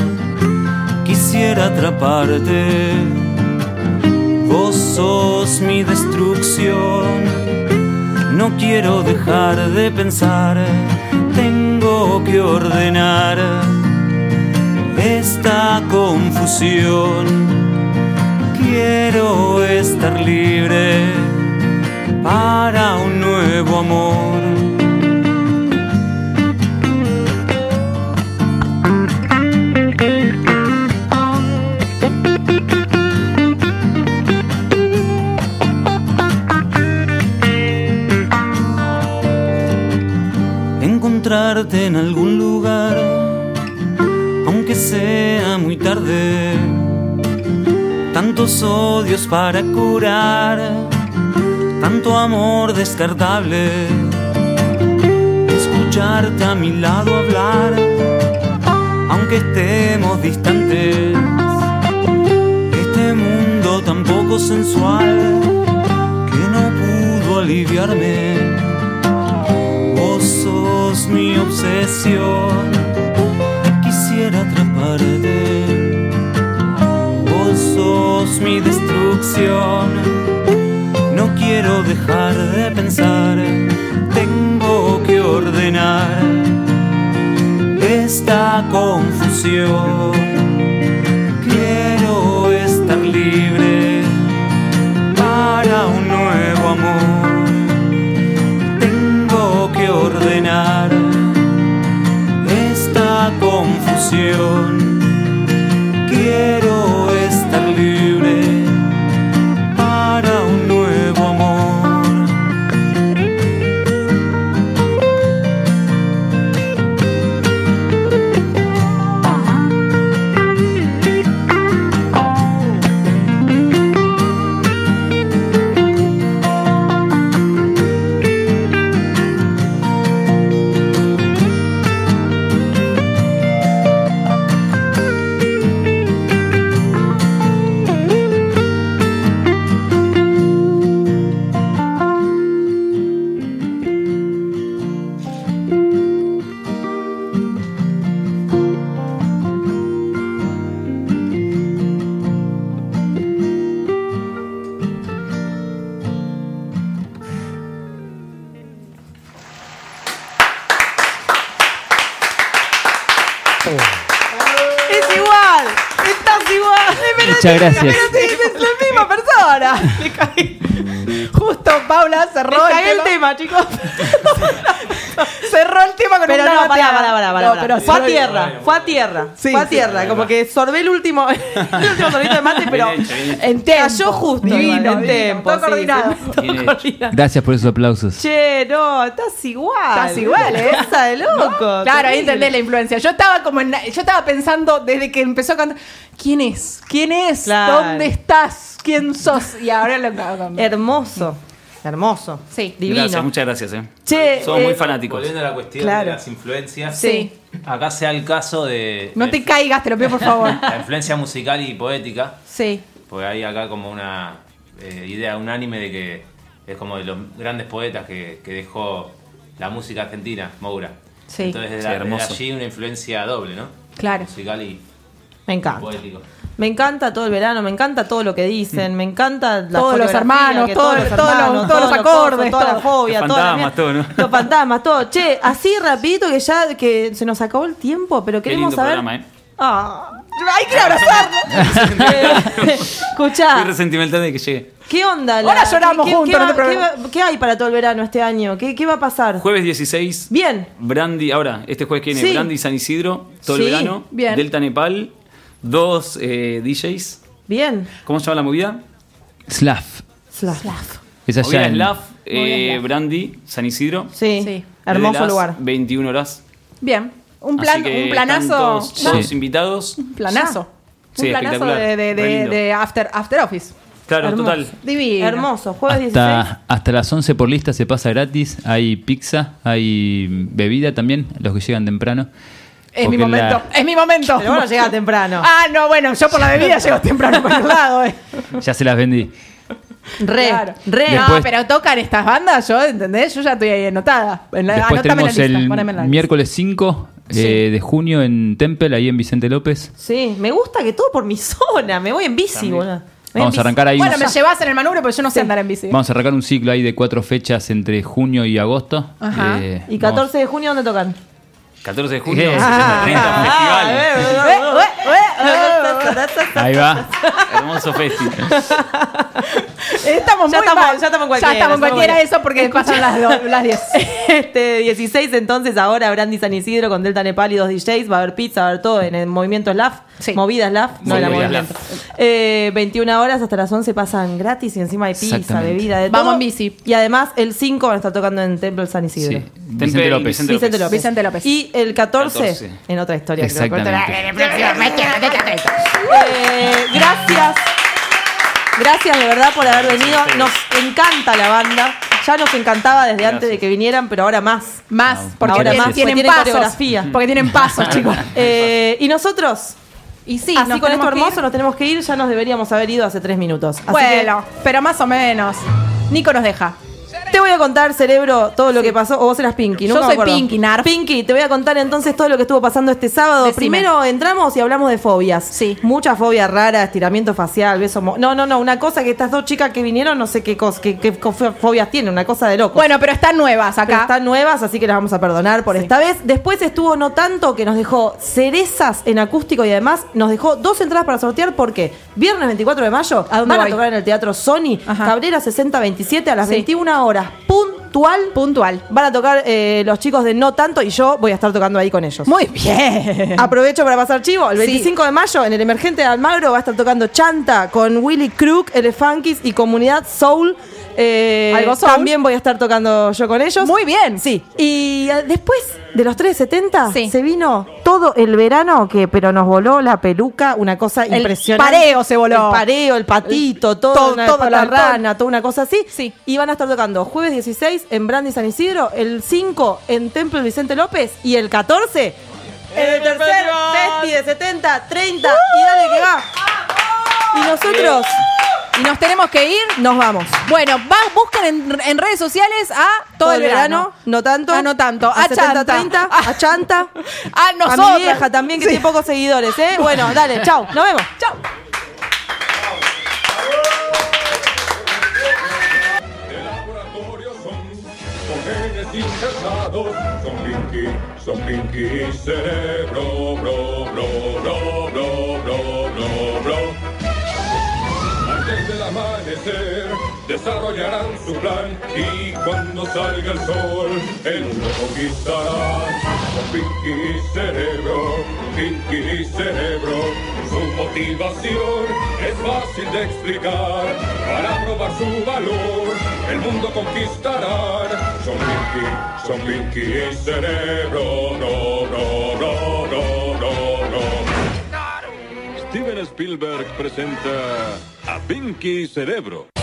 Speaker 10: quisiera atraparte. Vos sos mi destrucción, no quiero dejar de pensar. Tengo que ordenar esta confusión. Quiero estar libre para un nuevo amor. encontrarte en algún lugar, aunque sea muy tarde. Tantos odios para curar, tanto amor descartable. Escucharte a mi lado hablar, aunque estemos distantes. Este mundo tan poco sensual que no pudo aliviarme. Vos sos mi obsesión, quisiera atraparte. Vos sos mi destrucción, no quiero dejar de pensar. Tengo que ordenar esta confusión. Quiero estar libre para un nuevo amor tengo que ordenar esta confusión. Quiero estar libre para un nuevo amor.
Speaker 3: ¡Es igual! ¡Estás igual!
Speaker 1: Muchas gracias.
Speaker 3: ¡Es la misma persona! Le caí. Justo
Speaker 4: Paula cerró
Speaker 3: Descargué el tema,
Speaker 4: chicos. cerró el tema con
Speaker 3: Pero
Speaker 4: una
Speaker 3: no, pará,
Speaker 4: bateada.
Speaker 3: pará, pará, pará,
Speaker 4: No,
Speaker 3: pará.
Speaker 4: pero
Speaker 3: fue a
Speaker 4: cerró el-
Speaker 3: tierra, fue a tierra,
Speaker 4: Sí,
Speaker 3: fue a
Speaker 4: sí,
Speaker 3: tierra.
Speaker 4: ahí
Speaker 3: como
Speaker 4: va.
Speaker 3: que sorbé el último, el último sorbito de mate, pero
Speaker 4: Bien hecho, bien hecho.
Speaker 3: en cayó justo.
Speaker 4: Divino,
Speaker 3: igual, en
Speaker 4: divino,
Speaker 3: tempo.
Speaker 4: todo
Speaker 3: sí,
Speaker 4: coordinado.
Speaker 3: sí, todo coordinado.
Speaker 1: Gracias por esos aplausos.
Speaker 3: Che, no, estás igual.
Speaker 4: Estás igual, ¿eh?
Speaker 3: Cosa de loco.
Speaker 4: Claro, ahí
Speaker 3: terrible.
Speaker 4: entendés la influencia. Yo estaba como en la- yo estaba pensando desde que empezó a cantar, ¿quién es? ¿Quién es?
Speaker 3: Claro. Er,
Speaker 4: ¿Dónde estás? ¿Quién sos? Y ahora lo acabo de cambiar.
Speaker 3: Hermoso, hermoso.
Speaker 4: Sí.
Speaker 3: Divino.
Speaker 9: Gracias, muchas gracias. Eh.
Speaker 3: Che,
Speaker 9: Somos
Speaker 3: eh,
Speaker 9: muy fanáticos.
Speaker 6: Volviendo a la cuestión
Speaker 3: Claro.
Speaker 6: de las influencias,
Speaker 4: Sí.
Speaker 6: acá sea el caso de,
Speaker 4: No
Speaker 6: de
Speaker 4: te caigas, te lo pido por favor.
Speaker 6: la influencia musical y poética,
Speaker 4: Sí.
Speaker 6: porque hay acá como una eh, idea unánime de que es como de los grandes poetas que, que dejó la música argentina, Moura.
Speaker 4: Sí.
Speaker 6: Entonces desde,
Speaker 9: Sí,
Speaker 6: la- desde
Speaker 9: hermoso.
Speaker 6: allí una influencia doble, ¿no?
Speaker 4: Claro.
Speaker 6: Musical y
Speaker 3: Me encanta.
Speaker 6: poético.
Speaker 3: Me encanta todo el verano, me encanta todo lo que dicen, me encanta la
Speaker 4: Todos los
Speaker 3: coreografía,
Speaker 4: hermanos,
Speaker 3: que
Speaker 4: todo- todos los- todos los
Speaker 3: coso,
Speaker 4: acordes,
Speaker 3: toda la
Speaker 4: todo.
Speaker 3: fobia,
Speaker 9: Los
Speaker 3: toda la mierda.
Speaker 9: fantasmas, todo, ¿no?
Speaker 3: Los fantasmas, todo. Che, así rapidito que ya que se nos acabó el tiempo, pero
Speaker 9: Qué
Speaker 3: queremos
Speaker 9: lindo
Speaker 3: saber.
Speaker 9: programa, ¿eh?
Speaker 3: Ah, hay que abrazarlo. Eh,
Speaker 4: Ah.
Speaker 9: Estoy
Speaker 3: Escuchá,
Speaker 9: resentimental de que llegue.
Speaker 3: ¿qué onda? la-
Speaker 4: Ahora lloramos
Speaker 3: qué- qué
Speaker 4: juntos en
Speaker 3: va-
Speaker 4: este
Speaker 3: qué,
Speaker 4: programa.
Speaker 3: va- qué hay para todo el verano este año? ¿Qué, qué va a pasar?
Speaker 9: Jueves 16,
Speaker 3: Bien.
Speaker 9: Brandy, ahora, este jueves que viene,
Speaker 3: Sí.
Speaker 9: Brandy San Isidro, todo
Speaker 3: Sí,
Speaker 9: el verano,
Speaker 4: bien.
Speaker 9: Delta Nepal, dos eh, DJs.
Speaker 3: Bien.
Speaker 9: ¿Cómo se llama la movida?
Speaker 1: Slav.
Speaker 3: Slav.
Speaker 1: Es allá
Speaker 9: Movida
Speaker 1: en-
Speaker 9: Slav,
Speaker 4: Movida
Speaker 9: eh,
Speaker 4: Slav.
Speaker 9: Brandy, San Isidro.
Speaker 3: Sí.
Speaker 4: Sí.
Speaker 9: Desde
Speaker 3: Hermoso
Speaker 9: las
Speaker 3: lugar.
Speaker 9: 21 horas.
Speaker 4: Bien. Un
Speaker 9: Así
Speaker 4: plan,
Speaker 9: que
Speaker 4: un
Speaker 9: están
Speaker 4: planazo.
Speaker 9: Todos,
Speaker 4: ¿no?
Speaker 9: todos
Speaker 1: Sí.
Speaker 9: invitados.
Speaker 4: Un planazo.
Speaker 9: Sí,
Speaker 4: un planazo
Speaker 9: espectacular.
Speaker 4: de, de- de-
Speaker 9: Re lindo.
Speaker 4: de after, after Office.
Speaker 9: Claro,
Speaker 3: Hermoso.
Speaker 9: total.
Speaker 4: Divino.
Speaker 3: Hermoso, jueves 16.
Speaker 1: Hasta, hasta las 11 por lista se pasa gratis. Hay pizza, hay bebida también, los que llegan temprano.
Speaker 4: Es mi
Speaker 1: Porque la-
Speaker 4: momento. Es mi momento.
Speaker 3: Pero bueno, llega temprano.
Speaker 4: Ah, no, bueno, yo por la bebida llego temprano por el lado. eh.
Speaker 1: Ya se las vendí.
Speaker 3: Re,
Speaker 4: Claro.
Speaker 3: re.
Speaker 4: No,
Speaker 1: Después-
Speaker 4: pero tocan estas bandas, yo, ¿entendés? Yo ya estoy ahí anotada. En la- ah,
Speaker 1: Después
Speaker 4: anotame en la
Speaker 1: tenemos
Speaker 4: lista,
Speaker 1: el
Speaker 4: poneme en la lista.
Speaker 1: miércoles 5 eh, de junio en Temple, ahí en Vicente López.
Speaker 3: Sí, me gusta que todo por mi zona. Me voy en bici, boludo. Me voy en
Speaker 1: Vamos
Speaker 3: bici.
Speaker 1: a arrancar ahí.
Speaker 4: Bueno,
Speaker 1: un-
Speaker 4: me llevas en el manubrio porque yo no sé andar en bici.
Speaker 1: Vamos a arrancar un ciclo ahí de cuatro fechas entre junio y agosto.
Speaker 4: Ajá.
Speaker 1: Eh,
Speaker 3: ¿Y
Speaker 1: vamos-
Speaker 3: 14 de junio dónde tocan?
Speaker 9: 14 de junio,
Speaker 1: Eh.
Speaker 9: 30, festival.
Speaker 1: Ahí va.
Speaker 9: Hermoso festival.
Speaker 4: Estamos
Speaker 3: Ya
Speaker 4: muy
Speaker 3: estamos-
Speaker 4: mal.
Speaker 3: ya estamos en cualquiera,
Speaker 4: Ya estamos en
Speaker 3: estamos
Speaker 4: cualquiera
Speaker 3: bien.
Speaker 4: eso porque pasan las, do- las 10.
Speaker 3: Este 16 entonces ahora Brandy San Isidro con Delta Nepal y dos DJs, va a haber pizza, va a haber todo en el movimiento SLAF,
Speaker 4: Sí.
Speaker 3: movida SLAF, no era
Speaker 9: Movida
Speaker 3: movimiento. Eh, 21 horas hasta las 11 pasan gratis y encima hay pizza,
Speaker 1: Exactamente.
Speaker 3: bebida, de
Speaker 4: Vamos
Speaker 3: todo.
Speaker 4: en bici.
Speaker 3: Y además el 5 van a estar tocando en Templo del San Isidro.
Speaker 1: Sí. Vicente López.
Speaker 9: Vicente López.
Speaker 4: Vicente López.
Speaker 3: Y el 14,
Speaker 9: 14.
Speaker 3: en otra historia. creo.
Speaker 1: Exactamente.
Speaker 3: Eh, gracias. Gracias de verdad por haber venido. Nos encanta la banda. Ya nos encantaba desde antes de que vinieran, pero ahora más.
Speaker 4: Más, porque
Speaker 3: Ahora
Speaker 4: tienen,
Speaker 3: más,
Speaker 4: tienen
Speaker 3: porque tienen
Speaker 4: pasos. Mm.
Speaker 3: coreografía.
Speaker 4: Porque tienen pasos, chicos.
Speaker 3: Eh, y nosotros,
Speaker 4: Y sí,
Speaker 3: así
Speaker 4: nos
Speaker 3: con esto
Speaker 4: tenemos que ir.
Speaker 3: hermoso, nos tenemos que ir. Ya nos deberíamos haber ido hace tres minutos. Así
Speaker 4: Bueno, pero más o menos. Nico nos deja.
Speaker 3: que te voy a contar, cerebro, todo lo que pasó. O vos eras Pinky,
Speaker 4: Yo
Speaker 3: nunca me
Speaker 4: soy
Speaker 3: acuerdo.
Speaker 4: Pinky, Narf.
Speaker 3: Pinky, te voy a contar entonces todo lo que estuvo pasando este sábado.
Speaker 4: Decime.
Speaker 3: Primero entramos y hablamos de fobias.
Speaker 4: Sí.
Speaker 3: Mucha fobia rara, estiramiento facial, beso. mo- No, no, no. Una cosa que estas dos chicas que vinieron, no sé qué, cos- qué, qué co- fobias tienen, una cosa de loco.
Speaker 4: Bueno, pero están nuevas
Speaker 3: Pero
Speaker 4: acá.
Speaker 3: están nuevas, así que las vamos a perdonar por esta vez. Después estuvo no tanto que nos dejó cerezas en acústico y además nos dejó dos entradas para sortear porque viernes 24 de mayo
Speaker 4: ¿A dónde
Speaker 3: van a
Speaker 4: voy?
Speaker 3: tocar en el Teatro Sony,
Speaker 4: Ajá.
Speaker 3: Cabrera 6027 a las
Speaker 4: Sí.
Speaker 3: 21 horas, puntual.
Speaker 4: Puntual.
Speaker 3: Van a tocar eh, los chicos de No Tanto y yo voy a estar tocando ahí con ellos.
Speaker 4: Muy bien.
Speaker 3: Aprovecho para pasar chivo. El
Speaker 4: Sí.
Speaker 3: 25 de mayo en el Emergente de Almagro va a estar tocando Chanta con Willy Crook, Elefanquis y Comunidad Soul. Eh,
Speaker 4: ¿Algo soul?
Speaker 3: También voy a estar tocando yo con ellos.
Speaker 4: Muy bien.
Speaker 3: Sí. Y eh, después de los 370
Speaker 4: Sí.
Speaker 3: se vino todo el verano, que pero nos voló la peluca, una cosa
Speaker 4: El
Speaker 3: impresionante.
Speaker 4: pareo se voló.
Speaker 3: El pareo, el patito, todo,
Speaker 4: todo,
Speaker 3: una
Speaker 4: todo,
Speaker 3: pata
Speaker 4: la-
Speaker 3: rana, toda una cosa así.
Speaker 4: Sí.
Speaker 3: Y van a estar tocando jueves 16 en Brandy San Isidro, el 5 en Templo Vicente López y el 14 en el tercer Festi de 70, 30
Speaker 4: ¡Uh!
Speaker 3: y dale que va. Y nosotros
Speaker 4: Y nos tenemos que ir.
Speaker 3: nos vamos.
Speaker 4: Bueno, va- busquen en, en redes sociales a todo, el verano.
Speaker 3: no tanto.
Speaker 4: Ah, no tanto.
Speaker 3: A,
Speaker 4: A Chanta.
Speaker 3: 70-30,
Speaker 4: Ah.
Speaker 3: a Chanta.
Speaker 4: A
Speaker 3: A
Speaker 4: nosotras.
Speaker 3: mi vieja también, que
Speaker 4: Sí.
Speaker 3: tiene pocos seguidores, ¿eh? Bueno, dale, chau. Nos vemos.
Speaker 4: Chao.
Speaker 15: de laboratorio son, con genes insertados, son Pinky, son Pinky, cerebro, bro, bro, bro, bro, bro, bro, bro. Antes del amanecer, desarrollarán su plan y cuando salga el sol, el mundo conquistará. Con Pinky y Cerebro, Pinky y Cerebro, su motivación es fácil de explicar. Para probar su valor, el mundo conquistará. Son Pinky, son Pinky y Cerebro, no, no, no, no, no, no. Steven Spielberg presenta a Pinky Cerebro.